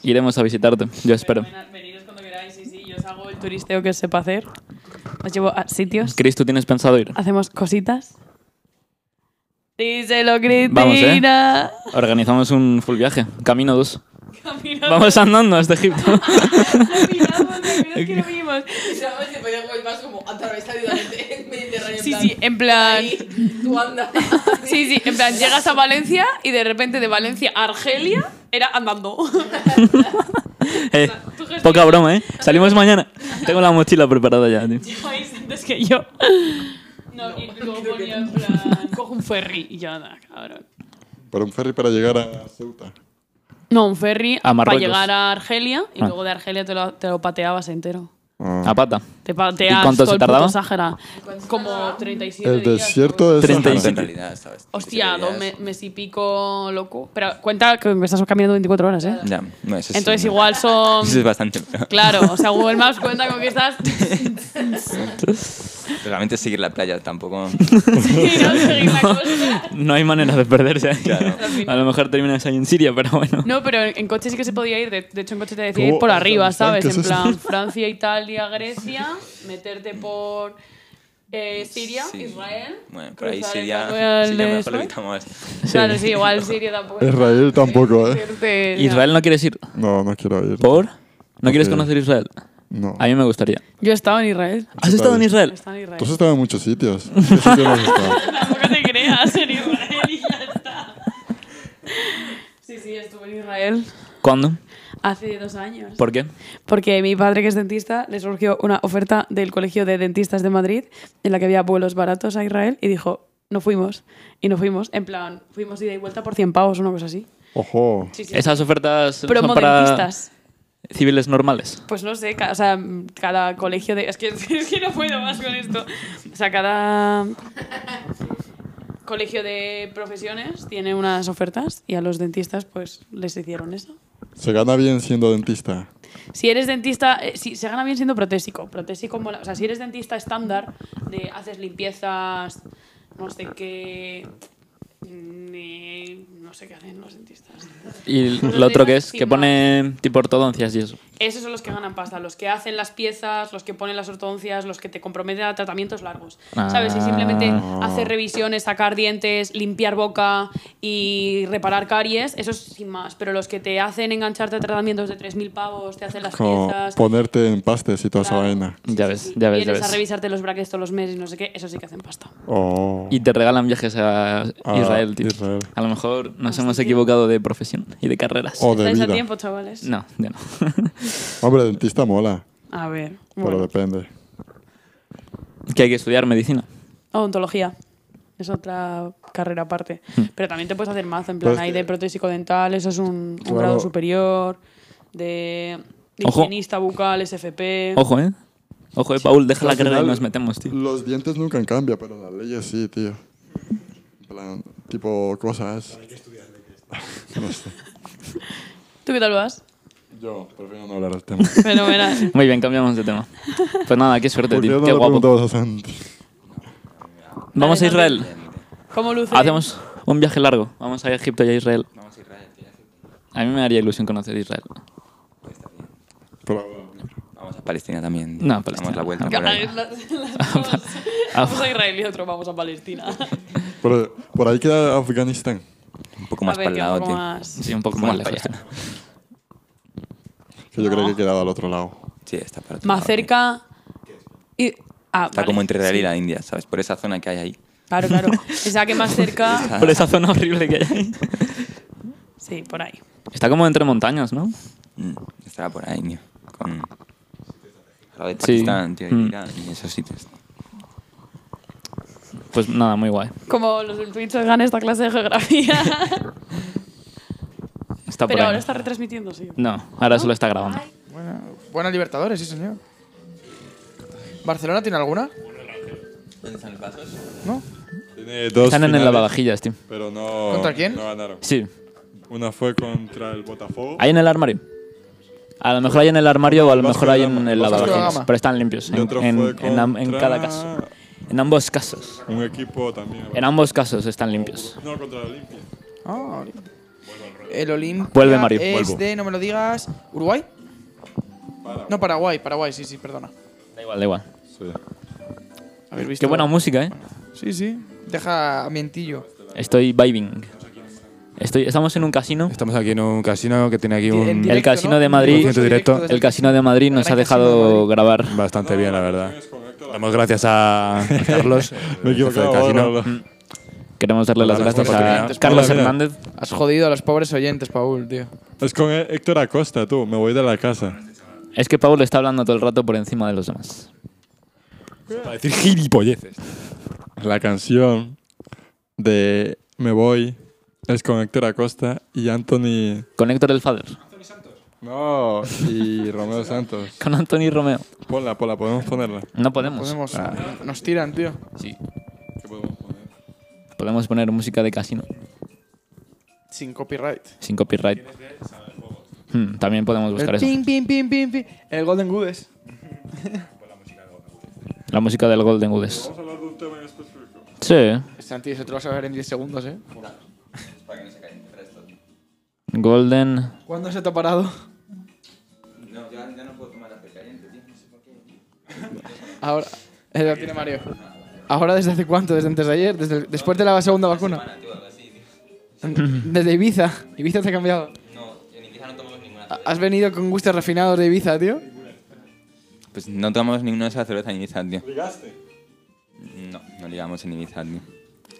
Speaker 2: Iremos a visitarte, yo espero.
Speaker 6: Veniros cuando queráis, sí, sí. Yo os hago el turisteo que sepa hacer. Os llevo a sitios.
Speaker 2: Chris, ¿tú tienes pensado ir?
Speaker 6: Hacemos cositas. Díselo, Cristina.
Speaker 2: Vamos, ¿eh? Organizamos un full viaje, camino 2.
Speaker 6: Caminamos,
Speaker 2: Vamos andando hasta Egipto.
Speaker 6: caminamos, caminamos, que lo vimos.
Speaker 7: Y sabes que podíamos ir más como atravesar el Mediterráneo. en
Speaker 6: Sí,
Speaker 7: plan,
Speaker 6: sí, en plan...
Speaker 7: ahí, Tú andas.
Speaker 6: Sí, sí, en plan, llegas a Valencia y de repente de Valencia a Argelia era andando.
Speaker 2: Eh, poca broma, ¿eh? Salimos mañana. Tengo la mochila preparada ya, tío.
Speaker 6: Vais antes que yo. No, y luego ponía en plan, cojo un ferry y ya nada, cabrón.
Speaker 1: Pero un ferry para llegar a Ceuta.
Speaker 6: No, un ferry
Speaker 2: A
Speaker 6: para
Speaker 2: Marruecos.
Speaker 6: llegar a Argelia y
Speaker 2: Ah.
Speaker 6: luego de Argelia te lo, te lo pateabas entero.
Speaker 2: A pata.
Speaker 6: Te pateas
Speaker 2: ¿Y cuánto
Speaker 6: todo
Speaker 2: se
Speaker 6: el puto
Speaker 2: tardaba?
Speaker 6: Sáhara. Como 37
Speaker 1: El
Speaker 6: días.
Speaker 1: desierto de
Speaker 2: 37.
Speaker 5: Pero en
Speaker 1: Sahara.
Speaker 5: realidad está bastante
Speaker 6: Hostia,
Speaker 5: bien,
Speaker 6: dos
Speaker 5: ya
Speaker 6: me-
Speaker 5: es-
Speaker 6: mes y pico loco. Pero cuenta que estás caminando 24 horas, ¿eh?
Speaker 5: Ya, no, eso sí,
Speaker 6: Entonces
Speaker 5: no.
Speaker 6: igual son...
Speaker 5: Eso es bastante.
Speaker 6: Claro, o sea, Google Maps cuenta con que estás
Speaker 5: Realmente seguir la playa tampoco.
Speaker 6: Sí, no, seguir la costa.
Speaker 2: No hay manera de perderse ahí.
Speaker 5: Claro.
Speaker 2: A lo mejor terminas ahí en Siria, pero bueno.
Speaker 6: No, pero en coche sí que se podía ir. De, de hecho, en coche te decía
Speaker 1: ¿Cómo?
Speaker 6: ir por arriba, ¿sabes?
Speaker 1: ¿Qué es
Speaker 6: En
Speaker 1: eso?
Speaker 6: plan, Francia, Italia, Grecia, meterte por eh, Siria,
Speaker 5: Sí.
Speaker 6: Israel.
Speaker 5: Bueno, por ahí
Speaker 6: cruzar el
Speaker 5: Siria.
Speaker 6: canal
Speaker 5: Siria
Speaker 6: de
Speaker 5: mejor lo
Speaker 6: Suez.
Speaker 5: quitamos.
Speaker 6: Claro, sí, igual Siria tampoco.
Speaker 1: Israel tampoco, ¿eh?
Speaker 6: Meterte-
Speaker 2: Israel no quieres ir.
Speaker 1: No, no quiero ir.
Speaker 2: ¿Por? ¿No quieres
Speaker 1: Sí.
Speaker 2: conocer Israel?
Speaker 1: No.
Speaker 2: A mí me gustaría.
Speaker 6: Yo he estado en Israel.
Speaker 2: ¿Has estado en
Speaker 6: He
Speaker 2: Israel?
Speaker 6: estado en Israel.
Speaker 1: Tú has estado en muchos sitios. ¿Qué sitio no has estado?
Speaker 6: Tampoco te creas en Israel y ya está. Sí, sí, estuve en Israel
Speaker 2: ¿Cuándo?
Speaker 6: hace dos años.
Speaker 2: ¿Por qué?
Speaker 6: Porque mi padre, que es dentista, le surgió una oferta del Colegio de Dentistas de Madrid en la que había vuelos baratos a Israel y dijo, no fuimos. Y no fuimos. En plan, fuimos ida y vuelta por 100 pavos, una cosa así.
Speaker 1: Ojo.
Speaker 2: Esas ofertas son para
Speaker 6: Promodentistas.
Speaker 2: civiles normales.
Speaker 6: Pues no sé, ca- o sea, mm, cada colegio de... Es que, es que no puedo más con esto. O sea, cada colegio de profesiones tiene unas ofertas y a los dentistas pues les hicieron eso.
Speaker 1: Se gana bien siendo dentista.
Speaker 6: Si eres dentista, eh, si, se gana bien siendo protésico. Protésico mola. O sea, si eres dentista estándar, de haces limpiezas, no sé qué. mm, No sé qué hacen los dentistas.
Speaker 2: Y
Speaker 6: Los
Speaker 2: lo otro que es,
Speaker 6: demás,
Speaker 2: que
Speaker 6: sin
Speaker 2: pone tipo ortodoncias y eso.
Speaker 6: Esos son los que ganan pasta, los que hacen las piezas, los que ponen las ortodoncias, los que te comprometen a tratamientos largos.
Speaker 1: Ah.
Speaker 6: ¿Sabes? Y simplemente hacer revisiones, sacar dientes, limpiar boca y reparar caries, eso es sin más. Pero los que te hacen engancharte a tratamientos de 3.000 pavos, te hacen las
Speaker 1: Como
Speaker 6: piezas.
Speaker 1: ponerte en pastes y toda esa
Speaker 6: Claro.
Speaker 1: vaina.
Speaker 2: Ya ves, ya ves, ya
Speaker 6: Vienes a
Speaker 2: ves.
Speaker 6: revisarte los brackets todos los meses y no sé qué, eso sí que hacen pasta.
Speaker 1: Oh.
Speaker 2: Y te regalan viajes a
Speaker 1: A
Speaker 2: Israel, tío.
Speaker 1: Ah, Israel.
Speaker 2: A lo mejor nos
Speaker 6: Hostia.
Speaker 2: hemos equivocado de profesión y de carreras.
Speaker 1: O de
Speaker 6: ¿Estáis a
Speaker 1: vida.
Speaker 6: tiempo, chavales?
Speaker 2: No, ya no.
Speaker 1: Hombre, dentista mola,
Speaker 6: A ver.
Speaker 1: pero
Speaker 6: Bueno,
Speaker 1: depende.
Speaker 2: que hay que estudiar medicina.
Speaker 6: Odontología. Es otra carrera aparte. Pero también te puedes hacer mazo, en plan,
Speaker 1: Pues es
Speaker 6: hay
Speaker 1: que-
Speaker 6: de protésico dental, eso es un, un
Speaker 1: Claro.
Speaker 6: grado superior, de, de
Speaker 2: Ojo.
Speaker 6: higienista bucal, SFP.
Speaker 2: Ojo, ¿eh? Ojo, eh, Paul, deja la
Speaker 1: Al
Speaker 2: carrera y
Speaker 1: final,
Speaker 2: nos metemos, tío.
Speaker 1: Los dientes nunca cambian, pero las leyes sí, tío. En plan, tipo cosas. No sé.
Speaker 6: ¿Tú qué tal vas?
Speaker 1: Yo prefiero no hablar del tema.
Speaker 6: Fenomenal.
Speaker 2: Muy bien, cambiamos de tema. Pues nada, qué suerte,
Speaker 1: ¿Por qué
Speaker 2: tío.
Speaker 1: no
Speaker 2: Qué
Speaker 1: lo
Speaker 2: guapo.
Speaker 1: preguntabas a Santi?
Speaker 2: Vamos a
Speaker 6: Dale, dale.
Speaker 2: Israel.
Speaker 6: ¿Cómo luce?
Speaker 2: Hacemos un viaje largo. Vamos a Egipto y a Israel. A mí me haría ilusión conocer Israel.
Speaker 1: Pero,
Speaker 5: Vamos a Palestina también.
Speaker 2: No, a
Speaker 5: Damos
Speaker 2: Palestina.
Speaker 5: la vuelta.
Speaker 6: Ca-
Speaker 5: por ahí.
Speaker 6: las- las dos.
Speaker 2: Ah,
Speaker 6: Vamos a Israel y otro vamos a Palestina.
Speaker 1: pero por ahí queda Afganistán.
Speaker 5: Un poco
Speaker 6: a
Speaker 5: más
Speaker 6: ver,
Speaker 5: para el
Speaker 6: que
Speaker 5: lado,
Speaker 6: poco
Speaker 5: tío.
Speaker 6: más.
Speaker 2: Sí, un poco
Speaker 5: Más
Speaker 2: más lejos.
Speaker 5: para allá.
Speaker 1: Que yo creo que
Speaker 6: No.
Speaker 1: quedaba al otro lado.
Speaker 5: Sí, está para otro
Speaker 6: Más
Speaker 5: lado, tío.
Speaker 6: cerca. Y, ah,
Speaker 5: Está
Speaker 6: vale.
Speaker 5: como entre Israel
Speaker 6: Sí.
Speaker 5: y la India, ¿sabes? Por esa zona que hay ahí.
Speaker 6: Claro, claro. Esa que más cerca.
Speaker 5: Está-
Speaker 2: Por esa zona horrible que hay ahí.
Speaker 6: Sí, por ahí.
Speaker 2: Está como entre montañas, ¿no?
Speaker 5: Mm, Estaba por ahí, tío. Con. Al lado de
Speaker 2: Sí.
Speaker 5: Pakistán, tío,
Speaker 2: Mm.
Speaker 5: y Irán y esos sitios.
Speaker 2: Pues nada, muy guay.
Speaker 6: Como los del Twitch ganan esta clase de geografía.
Speaker 2: Está por
Speaker 6: Pero
Speaker 2: ahí.
Speaker 6: ahora está retransmitiendo, sí.
Speaker 2: No, ahora solo está grabando.
Speaker 4: Buena- buenas Libertadores, sí, señor. ¿Barcelona tiene alguna? ¿No?
Speaker 1: Tiene dos
Speaker 2: Están en el
Speaker 1: finales,
Speaker 2: lavavajillas, tío.
Speaker 1: Pero no.
Speaker 4: ¿Contra quién?
Speaker 1: No ganaron.
Speaker 2: Sí.
Speaker 1: Una fue contra el Botafogo.
Speaker 2: Hay en el armario. A lo mejor hay en el armario o a lo
Speaker 1: Vasco
Speaker 2: mejor
Speaker 1: da
Speaker 2: hay
Speaker 1: Gama.
Speaker 2: en el
Speaker 1: Vasco da
Speaker 2: lavavajillas.
Speaker 4: Gama.
Speaker 2: Pero están limpios.
Speaker 1: Y
Speaker 2: En,
Speaker 1: otro
Speaker 2: en-
Speaker 1: fue
Speaker 2: en am- en cada
Speaker 1: contra-
Speaker 2: caso. En ambos casos.
Speaker 1: Un equipo también.
Speaker 2: En ambos casos están limpios.
Speaker 1: No, contra el Olimpia.
Speaker 4: Ah, Oli- el Olimpia
Speaker 2: Vuelve, Mario,
Speaker 4: es
Speaker 2: vuelvo.
Speaker 4: de, no me lo digas, ¿Uruguay? No, Paraguay, Paraguay, sí, sí, perdona.
Speaker 2: Da igual, da igual.
Speaker 1: Sí.
Speaker 4: ¿Habéis visto?
Speaker 2: Qué buena música, ¿eh?
Speaker 4: Sí, sí. Deja ambientillo.
Speaker 2: Estoy vibing. Estoy, estamos en un casino.
Speaker 3: Estamos aquí en un casino que tiene aquí
Speaker 4: Di- en
Speaker 3: un...
Speaker 4: directo,
Speaker 2: casino
Speaker 4: ¿no?
Speaker 2: de Madrid-
Speaker 4: Concierto
Speaker 3: directo.
Speaker 4: desde
Speaker 2: El casino de Madrid nos
Speaker 4: Gran
Speaker 2: ha
Speaker 4: casino de
Speaker 2: dejado
Speaker 4: Madrid.
Speaker 2: grabar.
Speaker 3: Bastante bien, la verdad. Damos gracias a a Carlos.
Speaker 1: Me he equivocado.
Speaker 3: el jefe del
Speaker 1: ahora,
Speaker 3: casino.
Speaker 1: ahora.
Speaker 2: Queremos darle las
Speaker 3: Hola,
Speaker 2: gracias
Speaker 3: Héctor
Speaker 2: a
Speaker 3: Fernández.
Speaker 2: Carlos
Speaker 1: Hola, mira.
Speaker 2: Hernández.
Speaker 4: Has jodido a los pobres oyentes, Paul, tío.
Speaker 2: Ah,
Speaker 1: Es con Héctor Acosta, tú. Me voy de la casa.
Speaker 2: Es que Pablo está hablando todo el rato por encima de los demás.
Speaker 3: Para decir gilipolleces.
Speaker 1: La canción de Me voy es con Héctor Acosta y Anthony.
Speaker 2: Con Héctor el Fader.
Speaker 1: No, y Romeo Santos.
Speaker 2: Con Anthony Romeo.
Speaker 1: Ponla, ponla, podemos ponerla.
Speaker 2: No podemos.
Speaker 4: Podemos,
Speaker 2: Ah.
Speaker 4: Nos tiran, tío.
Speaker 2: Sí.
Speaker 1: ¿Qué podemos poner?
Speaker 2: Podemos poner música de casino
Speaker 4: Sin copyright.
Speaker 2: sin copyright. Hmm, también podemos buscar
Speaker 4: El
Speaker 2: eso.
Speaker 4: ping, ping, ping, ping, ping. El Golden Goodies.
Speaker 2: La música del Golden Goodies.
Speaker 1: Vamos a hablar de un tema en específico.
Speaker 2: Sí.
Speaker 4: Santi, eso Este, te lo vas a ver en 10 segundos, ¿eh?
Speaker 2: Golden.
Speaker 4: ¿Cuándo se te ha parado?
Speaker 5: No, ya, no puedo tomar la caliente, tío. No sé por qué.
Speaker 4: Ahora. Eh, lo tiene Mario. ¿Ahora desde hace cuánto? ¿Desde antes de ayer? ¿Desde, ¿Después de la segunda vacuna? Desde Ibiza. Ibiza te ha cambiado.
Speaker 5: No, en Ibiza no tomamos ninguna
Speaker 4: Ha- Has venido con gustos refinados de Ibiza, tío.
Speaker 5: Pues no tomamos ninguna de esas cervezas en Ibiza, tío. ¿Ligaste? No, no ligamos en Ibiza, tío.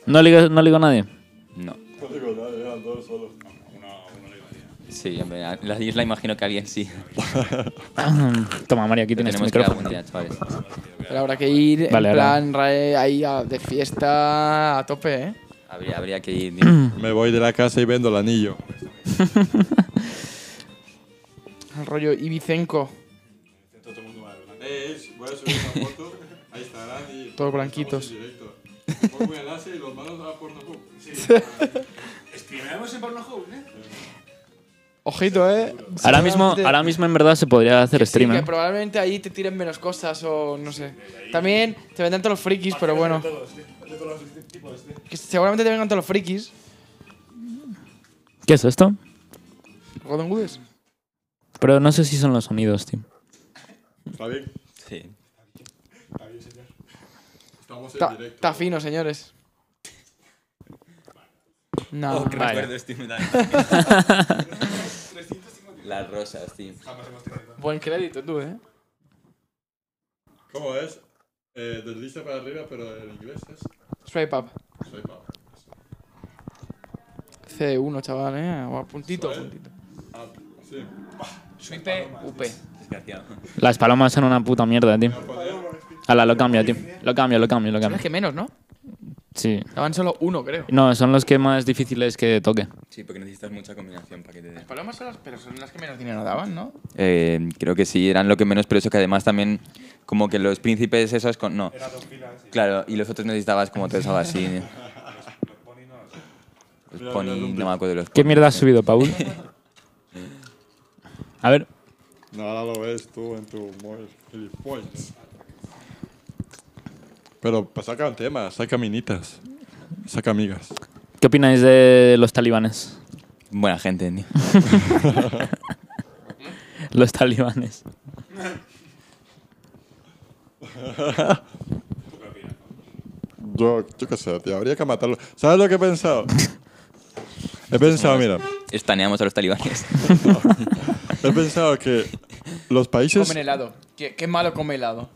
Speaker 2: No ligo, no ligo a nadie.
Speaker 5: No. Sí, hombre, a- la isla imagino que alguien sí.
Speaker 2: Toma, María, aquí tienes tu
Speaker 5: Tenemos que
Speaker 2: micrófono.
Speaker 5: ir algún día, chavales.
Speaker 4: Pero habrá que ir
Speaker 2: Vale,
Speaker 4: en
Speaker 2: ahora.
Speaker 4: plan rae, ahí a- de fiesta a tope, ¿eh?
Speaker 5: Habría, habría que ir, tío.
Speaker 1: Me voy de la casa y vendo el anillo.
Speaker 4: El rollo ibicenco.
Speaker 1: voy a subir una foto a Instagram y.
Speaker 4: Todos blanquitos.
Speaker 1: Pongo un enlace y los manos a Pornhub.
Speaker 4: Ojito, ¿eh?
Speaker 2: Ahora mismo, ahora mismo en verdad se podría hacer
Speaker 4: Sí,
Speaker 2: stream.
Speaker 4: que
Speaker 2: ¿eh?
Speaker 4: probablemente ahí te tiren menos cosas o no sé. También te vendrán todos los frikis, pero bueno. Que seguramente te vengan todos los frikis.
Speaker 2: ¿Qué es esto?
Speaker 4: Golden Goodies.
Speaker 2: Pero no sé si son los sonidos, tío.
Speaker 1: Está bien.
Speaker 5: Sí.
Speaker 1: Estamos en
Speaker 4: Ta-
Speaker 1: directo.
Speaker 4: Está fino, señores.
Speaker 5: Ah,
Speaker 4: No.
Speaker 5: Oh, Recuerdo, tío, me da- Las rosas, tío.
Speaker 4: Buen crédito tú, ¿eh?
Speaker 1: ¿Cómo es? Eh, desliza para arriba, pero en inglés es.
Speaker 4: Swipe up.
Speaker 1: Soy Pablo.
Speaker 4: C1, chaval, ¿eh? Guau, puntito, puntito.
Speaker 1: Ah, sí.
Speaker 4: Swipe up.
Speaker 5: Desgraciado.
Speaker 2: Las palomas son una puta mierda, tío. Ala, lo cambio, tío. Lo cambio, lo cambio, lo
Speaker 4: Son
Speaker 2: cambio.
Speaker 4: los que menos, ¿no?
Speaker 2: Sí.
Speaker 4: Daban solo uno, creo.
Speaker 2: No, son los que más difíciles que toque.
Speaker 5: Sí, porque necesitas mucha combinación para que te dé.
Speaker 4: Palomas son las, pero son las que menos dinero daban, ¿no?
Speaker 5: Eh, creo que sí, eran lo que menos, pero eso que además también, como que los príncipes esos con. No. Claro, y los otros necesitabas como tres algo así. Los pony, no me acuerdo de los
Speaker 2: ¿Qué
Speaker 5: pony.
Speaker 2: mierda has subido, Paul? A ver,
Speaker 1: No, ahora lo ves tú en tu móvil. gilipollas. Pero pues, saca un tema, saca minitas. Saca amigas.
Speaker 2: ¿qué opináis de los talibanes?
Speaker 5: Buena gente, tío.
Speaker 2: Los talibanes.
Speaker 1: Yo, yo qué sé, tío, habría que matarlo. ¿Sabes lo que he pensado? he pensado, mira,
Speaker 5: Estaneamos a los talibanes.
Speaker 1: he pensado que los países...
Speaker 4: Comen helado. ¿Qué, qué malo come helado.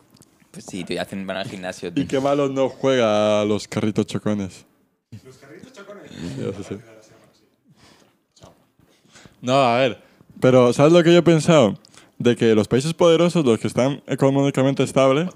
Speaker 5: Pues sí, tío, y hacen, van al gimnasio,
Speaker 1: Y
Speaker 5: tío.
Speaker 1: qué malo no juega a los carritos chocones. ¿Los carritos chocones? No, a ver. Pero, ¿sabes lo que yo he pensado? De que los países poderosos, los que están económicamente estables,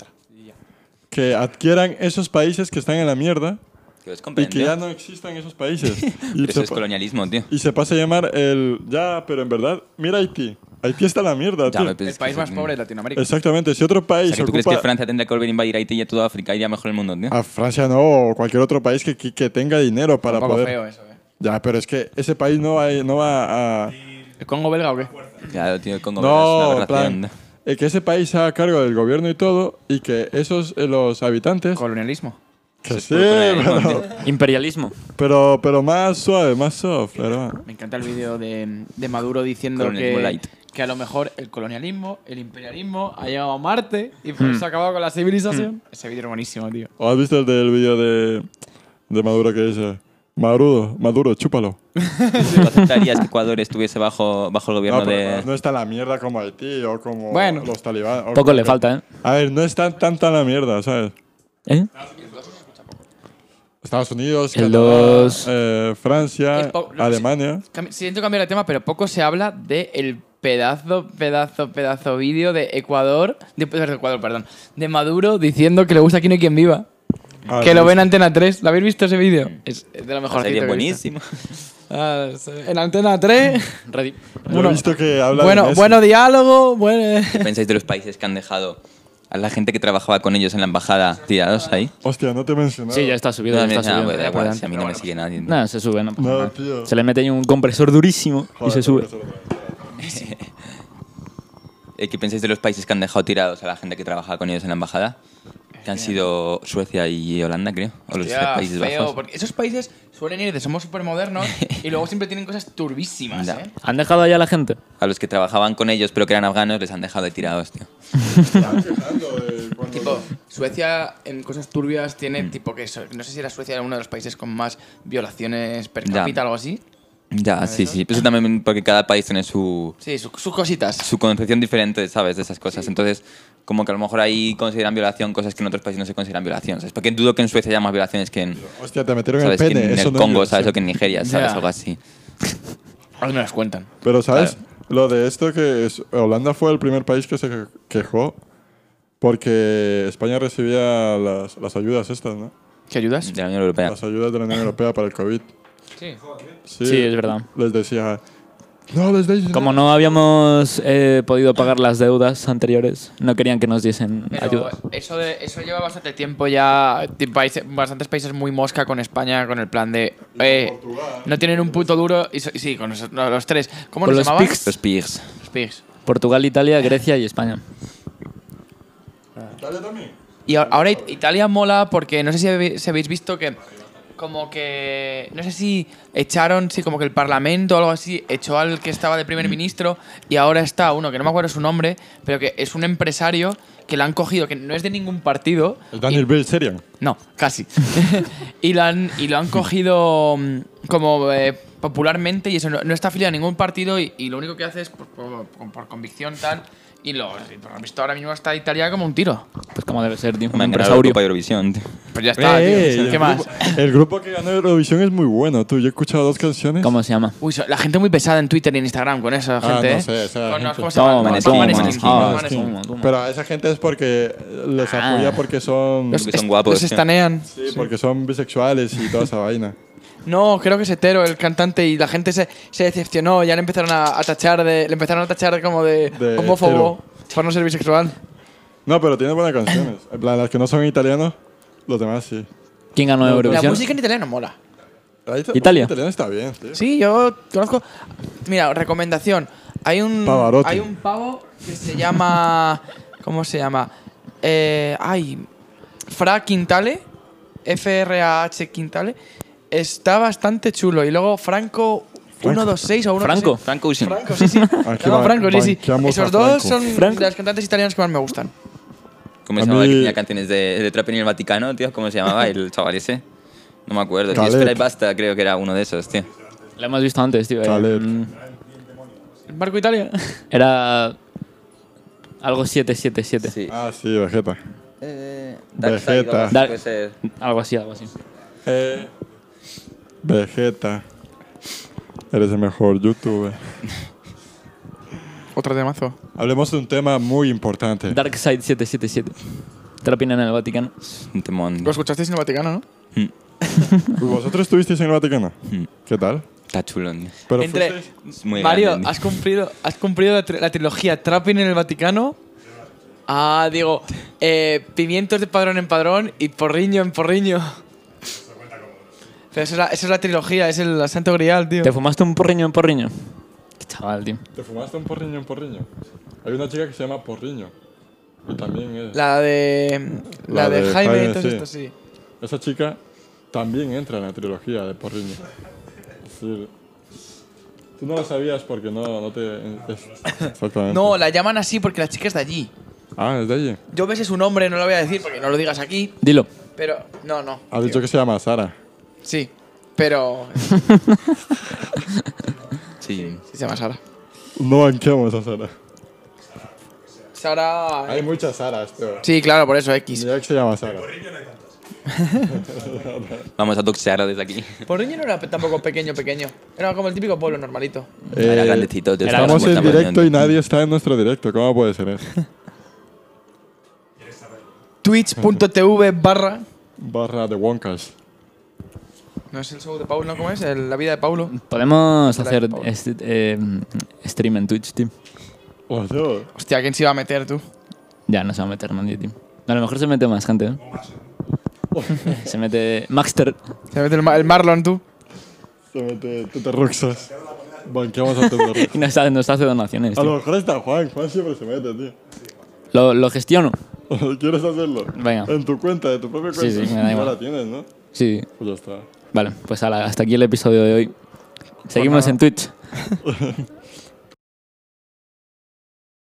Speaker 1: que adquieran esos países que están en la mierda
Speaker 5: Que los
Speaker 1: y
Speaker 5: compren,
Speaker 1: que
Speaker 5: tío.
Speaker 1: ya no existan esos países. y,
Speaker 5: Pero eso
Speaker 1: se
Speaker 5: es
Speaker 1: pa-
Speaker 5: colonialismo, tío.
Speaker 1: y se pasa a llamar el... Ya, pero en verdad, mira Haití. Haití está en la mierda,
Speaker 5: Ya,
Speaker 1: tío.
Speaker 5: me- pues
Speaker 4: El
Speaker 5: es que
Speaker 4: país
Speaker 5: eso-
Speaker 4: más pobre de Latinoamérica.
Speaker 1: Exactamente, si otro país
Speaker 5: O sea, que ¿Tú crees
Speaker 1: ocupa... Ah.
Speaker 5: que Francia tendrá que volver a invadir Haití y a toda África iría mejor el mundo, tío?
Speaker 1: A Francia no, o cualquier otro país que, que- que tenga dinero para
Speaker 4: Un poco
Speaker 1: poder...
Speaker 4: feo eso, ¿eh?
Speaker 1: Ya, pero es que ese país no, hay- no va a...
Speaker 4: ¿El Congo belga o qué?
Speaker 5: Claro, tío, el Congo
Speaker 1: No,
Speaker 5: es
Speaker 1: en
Speaker 5: una
Speaker 1: plan,
Speaker 5: relación.
Speaker 1: eh, que ese país sea a cargo del gobierno y todo, y que esos, eh, los habitantes...
Speaker 4: Colonialismo.
Speaker 1: que sí,
Speaker 5: puro colonialismo,
Speaker 1: pero,
Speaker 2: Imperialismo.
Speaker 1: pero, pero más suave, más soft, pero-
Speaker 4: Me encanta el vídeo de, de Maduro diciendo
Speaker 5: Colonialismo
Speaker 4: que,
Speaker 5: light.
Speaker 4: que a lo mejor el colonialismo, el imperialismo, ha llegado a Marte y
Speaker 5: Mm.
Speaker 4: por eso ha acabado con la civilización. Ese vídeo es buenísimo, tío.
Speaker 1: ¿O has visto el del vídeo de, de Maduro que dice... Maduro, Maduro, chúpalo.
Speaker 5: ¿Tú aceptarías que Ecuador estuviese bajo, bajo el gobierno
Speaker 1: No, pero
Speaker 5: de...?
Speaker 1: no está en la mierda como Haití o como
Speaker 4: Bueno.
Speaker 1: los talibanes. o
Speaker 2: Poco le
Speaker 1: cualquier-
Speaker 2: falta, ¿eh?
Speaker 1: A ver, no está tanta la mierda, ¿sabes?
Speaker 2: ¿Eh?
Speaker 1: Estados Unidos,
Speaker 2: El
Speaker 1: Canadá,
Speaker 2: dos.
Speaker 1: eh, Francia,
Speaker 4: El po- lo que
Speaker 1: Alemania.
Speaker 4: Cam- Siento cambiar de tema, pero poco se habla de el pedazo, pedazo, pedazo vídeo de Ecuador, de, de Ecuador, perdón, de Maduro diciendo que le gusta Aquí no hay quien viva.
Speaker 1: Ah,
Speaker 4: que lo
Speaker 1: sí.
Speaker 4: ven en Antena 3. ¿Lo habéis visto ese vídeo? Ah, Es es de lo mejor
Speaker 5: Sería buenísimo.
Speaker 4: en Antena 3.
Speaker 2: Ready.
Speaker 1: Yo he visto que habla
Speaker 4: bueno,
Speaker 1: de
Speaker 4: bueno diálogo, bueno... eh.
Speaker 5: ¿Qué pensáis de los países que han dejado a la gente que trabajaba con ellos en la embajada tirados ahí?
Speaker 1: Hostia, no te he mencionado.
Speaker 2: Sí, ya está
Speaker 5: Yo
Speaker 2: subido, ya
Speaker 5: también,
Speaker 2: está
Speaker 5: ah,
Speaker 2: subido.
Speaker 5: bueno, da igual,
Speaker 4: Adelante,
Speaker 5: si a mí no me sigue nadie. tío.
Speaker 2: Nada, se sube, no pasa
Speaker 1: No,
Speaker 2: nada.
Speaker 1: tío.
Speaker 2: Se le mete ahí un compresor durísimo y
Speaker 1: Joder,
Speaker 2: se sube.
Speaker 1: tengo que hacerlo otra vez.
Speaker 5: Eh, ¿Qué pensáis de los países que han dejado tirados a la gente que trabajaba con ellos en la embajada? Que han sido Suecia y Holanda, creo. O los
Speaker 4: Hostia,
Speaker 5: Países
Speaker 4: feo,
Speaker 5: Bajos.
Speaker 4: porque esos países suelen ir de somos supermodernos y luego siempre tienen cosas turbísimas,
Speaker 5: Ya.
Speaker 4: ¿eh?
Speaker 2: ¿Han dejado allá a la gente?
Speaker 5: A los que trabajaban con ellos pero que eran afganos les han dejado de tirados, tío.
Speaker 4: Tipo, Suecia en cosas turbias tiene tipo que eso, no sé si era Suecia era uno de los países con más violaciones per
Speaker 5: Ya.
Speaker 4: cápita algo así.
Speaker 5: Ya, sí, sí. Eso también porque cada país tiene su,
Speaker 4: Sí, su- sus cositas.
Speaker 5: su concepción diferente, ¿sabes? De esas cosas. Entonces, como que a lo mejor ahí consideran violación cosas que en otros países no se consideran violación, ¿sabes? Porque dudo que en Suecia haya más violaciones que en,
Speaker 1: Hostia, te metieron el
Speaker 5: ¿sabes? Que
Speaker 1: pene.
Speaker 5: en
Speaker 1: eso
Speaker 5: el
Speaker 1: no
Speaker 5: Congo,
Speaker 1: es
Speaker 5: ¿sabes? O
Speaker 1: violación.
Speaker 5: que en Nigeria, ¿sabes?
Speaker 4: Ya.
Speaker 5: Algo así.
Speaker 4: Ahora me las cuentan.
Speaker 1: Pero, ¿sabes? Lo de esto que es- Holanda fue el primer país que se quejó porque España recibía las, las ayudas estas, ¿no?
Speaker 4: ¿Qué ayudas?
Speaker 5: De la Unión Europea.
Speaker 1: Las ayudas de la Unión Europea para el COVID.
Speaker 4: Sí.
Speaker 1: Sí,
Speaker 2: Sí, es verdad.
Speaker 1: Les decía, no les deis dinero".
Speaker 2: Como no habíamos eh, podido pagar las deudas anteriores, no querían que nos diesen
Speaker 4: Pero
Speaker 2: ayudas.
Speaker 4: eso, de- eso lleva bastante tiempo ya. ti- países- bastantes países muy mosca con España, con el plan de. eh, no tienen un puto duro. Y, so- y sí, con los, no, los tres. ¿Cómo
Speaker 2: Con
Speaker 4: nos
Speaker 2: los
Speaker 4: llamaban?
Speaker 2: pigs.
Speaker 5: Los pigs.
Speaker 4: Los pigs.
Speaker 2: Portugal, Italia, Grecia y España.
Speaker 1: Italia también.
Speaker 4: Y a- ahora It- Italia mola porque no sé si, habe- si habéis visto que como que no sé si echaron, sí, como que el Parlamento o algo así echó al que estaba de primer ministro y ahora está uno que no me acuerdo su nombre, pero que es un empresario que la han cogido, que no es de ningún partido.
Speaker 1: El Daniel Bill Serian.
Speaker 4: No, casi. y, lo han, y lo han cogido mm, como eh, popularmente y eso no, no está afiliado a ningún partido y, y lo único que hace es por, por- por- por convicción tal Y lo, y por lo visto ahora mismo está Italia como un tiro.
Speaker 2: Pues como debe ser, tío. Un
Speaker 5: Me han ganado la
Speaker 2: empresario.
Speaker 5: Copa Eurovisión. tío.
Speaker 4: Pero ya está,
Speaker 1: Eh, y
Speaker 4: tío.
Speaker 1: el
Speaker 4: ¿Qué más?
Speaker 1: grupo- el grupo que ganó Eurovisión es muy bueno, tú. Yo he escuchado dos canciones.
Speaker 2: ¿Cómo se llama?
Speaker 4: Uy, so- la gente muy pesada en Twitter y en Instagram con esa
Speaker 1: Ah,
Speaker 4: gente,
Speaker 1: no
Speaker 4: ¿eh?
Speaker 1: sé, esa
Speaker 4: Con-
Speaker 1: gente. Ah,
Speaker 4: ¿Cómo se llama?
Speaker 2: Toma,
Speaker 4: Con-
Speaker 5: toma,
Speaker 4: con Maneskin,
Speaker 5: toma,
Speaker 4: con
Speaker 5: toma,
Speaker 4: Maneskin.
Speaker 2: toma, toma.
Speaker 1: Pero a esa gente es porque les
Speaker 2: Ah.
Speaker 1: apoya porque son,
Speaker 4: Los
Speaker 5: Porque son
Speaker 4: est-
Speaker 5: guapos, este.
Speaker 4: Los
Speaker 5: tío.
Speaker 4: estanean.
Speaker 1: sí, porque son bisexuales y toda esa vaina.
Speaker 4: No, creo que es hetero el cantante y la gente se, se decepcionó. Ya le empezaron a, a tachar de, le empezaron a tachar como de,
Speaker 1: De
Speaker 4: homófobo por no ser bisexual.
Speaker 1: No, pero tiene buenas canciones. En plan, las que no son italianos, los demás sí.
Speaker 2: ¿Quién ganó
Speaker 4: La
Speaker 2: Eurovisión?
Speaker 4: música en italiano mola.
Speaker 1: La ita-
Speaker 2: Italia.
Speaker 1: la italiana está bien, tío.
Speaker 4: Sí, yo conozco. Mira, recomendación. Hay un
Speaker 1: Pavarotti.
Speaker 4: hay un pavo que se llama ¿cómo se llama? Eh, ay, Fra Quintale, F R A H Quintale. Está bastante chulo y luego Franco 126 o 1
Speaker 2: Franco.
Speaker 5: Franco Ocean.
Speaker 4: Franco, sí, sí.
Speaker 1: Aquí
Speaker 4: Se llama
Speaker 1: va-
Speaker 4: Franco, sí, sí.
Speaker 1: banqueamos
Speaker 4: Esos
Speaker 1: Ah, a
Speaker 4: dos
Speaker 1: Franco.
Speaker 4: son
Speaker 2: Franco.
Speaker 4: de los cantantes italianos que más me gustan.
Speaker 5: ¿Cómo
Speaker 1: A
Speaker 5: se llamaba?
Speaker 1: mí-
Speaker 5: Que tenía canciones de, de Trap en el Vaticano, tío. ¿Cómo se llamaba el chaval ese? No me acuerdo. Tío,
Speaker 1: Khaled.
Speaker 5: Espera y Basta, creo que era uno de esos, tío.
Speaker 2: La hemos visto antes, tío. eh.
Speaker 1: Khaled.
Speaker 2: Mm,
Speaker 4: Marco Italia.
Speaker 2: Era algo 777.
Speaker 5: Sí.
Speaker 1: Ah, sí, Vegeta.
Speaker 5: Eh,
Speaker 1: Vegeta.
Speaker 5: Dark Side,
Speaker 2: Dark-
Speaker 5: puede ser.
Speaker 2: Algo así, algo así.
Speaker 1: Eh, Vegeta. Eres el mejor youtuber.
Speaker 4: Otro temazo.
Speaker 1: Hablemos de un tema muy importante.
Speaker 2: Darkside 777. Trapina en el Vaticano.
Speaker 5: Un temón.
Speaker 4: Lo escuchasteis en el Vaticano, ¿no?
Speaker 1: Pues ¿Vosotros estuvisteis en el Vaticano? ¿Qué tal?
Speaker 5: Está chulo, tío.
Speaker 1: Pero
Speaker 4: Entre
Speaker 1: fuisteis-
Speaker 5: Es muy
Speaker 4: Mario,
Speaker 5: grande, tío.
Speaker 4: has cumplido, has cumplido la, tri- la trilogía Trapping en el Vaticano. Ah, digo, eh, pimientos de padrón en padrón y porriño en porriño. Pero esa es la, esa es la trilogía, es el santo grial, tío.
Speaker 2: ¿Te fumaste un porriño en porriño? Qué chaval, tío.
Speaker 1: ¿Te fumaste un porriño en porriño? Hay una chica que se llama Porriño. Y también es.
Speaker 4: La de. La,
Speaker 1: La
Speaker 4: de,
Speaker 1: de
Speaker 4: Jaime,
Speaker 1: Jaime,
Speaker 4: y todo
Speaker 1: sí.
Speaker 4: esto, sí.
Speaker 1: Esa chica también entra en la trilogía de Porriño. Es decir, tú no lo sabías porque no, no te. es- Exactamente.
Speaker 4: No, la llaman así porque la chica es de allí.
Speaker 1: Ah, es de allí.
Speaker 4: Yo ves su nombre, no lo voy a decir porque no lo digas aquí,
Speaker 2: Dilo.
Speaker 4: pero. No, no.
Speaker 1: Ha dicho que se llama Sara.
Speaker 4: Sí. Pero.
Speaker 5: Sí.
Speaker 4: Sí, se llama Sara.
Speaker 1: No banqueamos a Sara.
Speaker 4: Sara.
Speaker 1: Hay muchas Saras, tío.
Speaker 4: Sí, claro, por eso X.
Speaker 1: Mira que se llama Sara.
Speaker 5: Vamos a doxearlo desde aquí.
Speaker 4: Porriño no era pe- tampoco pequeño, pequeño. Era como el típico pueblo normalito.
Speaker 5: era
Speaker 1: Eh,
Speaker 5: grandecito, tío. estaba
Speaker 1: Estamos
Speaker 5: como
Speaker 1: en
Speaker 5: tamaño,
Speaker 1: directo
Speaker 5: tío.
Speaker 1: y nadie está en nuestro directo. ¿Cómo puede ser eso?
Speaker 4: Twitch.tv barra.
Speaker 1: Barra de Wonkas.
Speaker 4: No es el show de Paulo, ¿cómo es? El- la vida de Paulo.
Speaker 2: Podemos hacer
Speaker 4: Paula.
Speaker 2: este, eh, stream en Twitch, tío.
Speaker 1: Oh, tío.
Speaker 4: Hostia, ¿quién se iba a meter tú?
Speaker 2: Ya no se va a meter nadie, tío. A lo mejor se mete más gente, ¿eh?
Speaker 1: ¿eh?
Speaker 2: se mete Maxter.
Speaker 4: Se mete el, Ma- el Marlon tú.
Speaker 1: Se mete te, te ruxas. Banqueamos a Teterruxas.
Speaker 2: Y nos, ha- nos hace donaciones,
Speaker 1: A lo
Speaker 2: tío.
Speaker 1: mejor está Juan. Juan siempre se mete, tío.
Speaker 2: Lo, lo gestiono.
Speaker 1: ¿Quieres hacerlo?
Speaker 2: Venga.
Speaker 1: En tu cuenta, de tu propia
Speaker 2: Sí,
Speaker 1: cuenta.
Speaker 2: sí, me da
Speaker 1: Ya
Speaker 2: igual.
Speaker 1: la tienes, ¿no?
Speaker 2: Sí.
Speaker 1: Pues ya está.
Speaker 2: Vale, pues ala, hasta aquí el episodio de hoy. Seguimos en Twitch.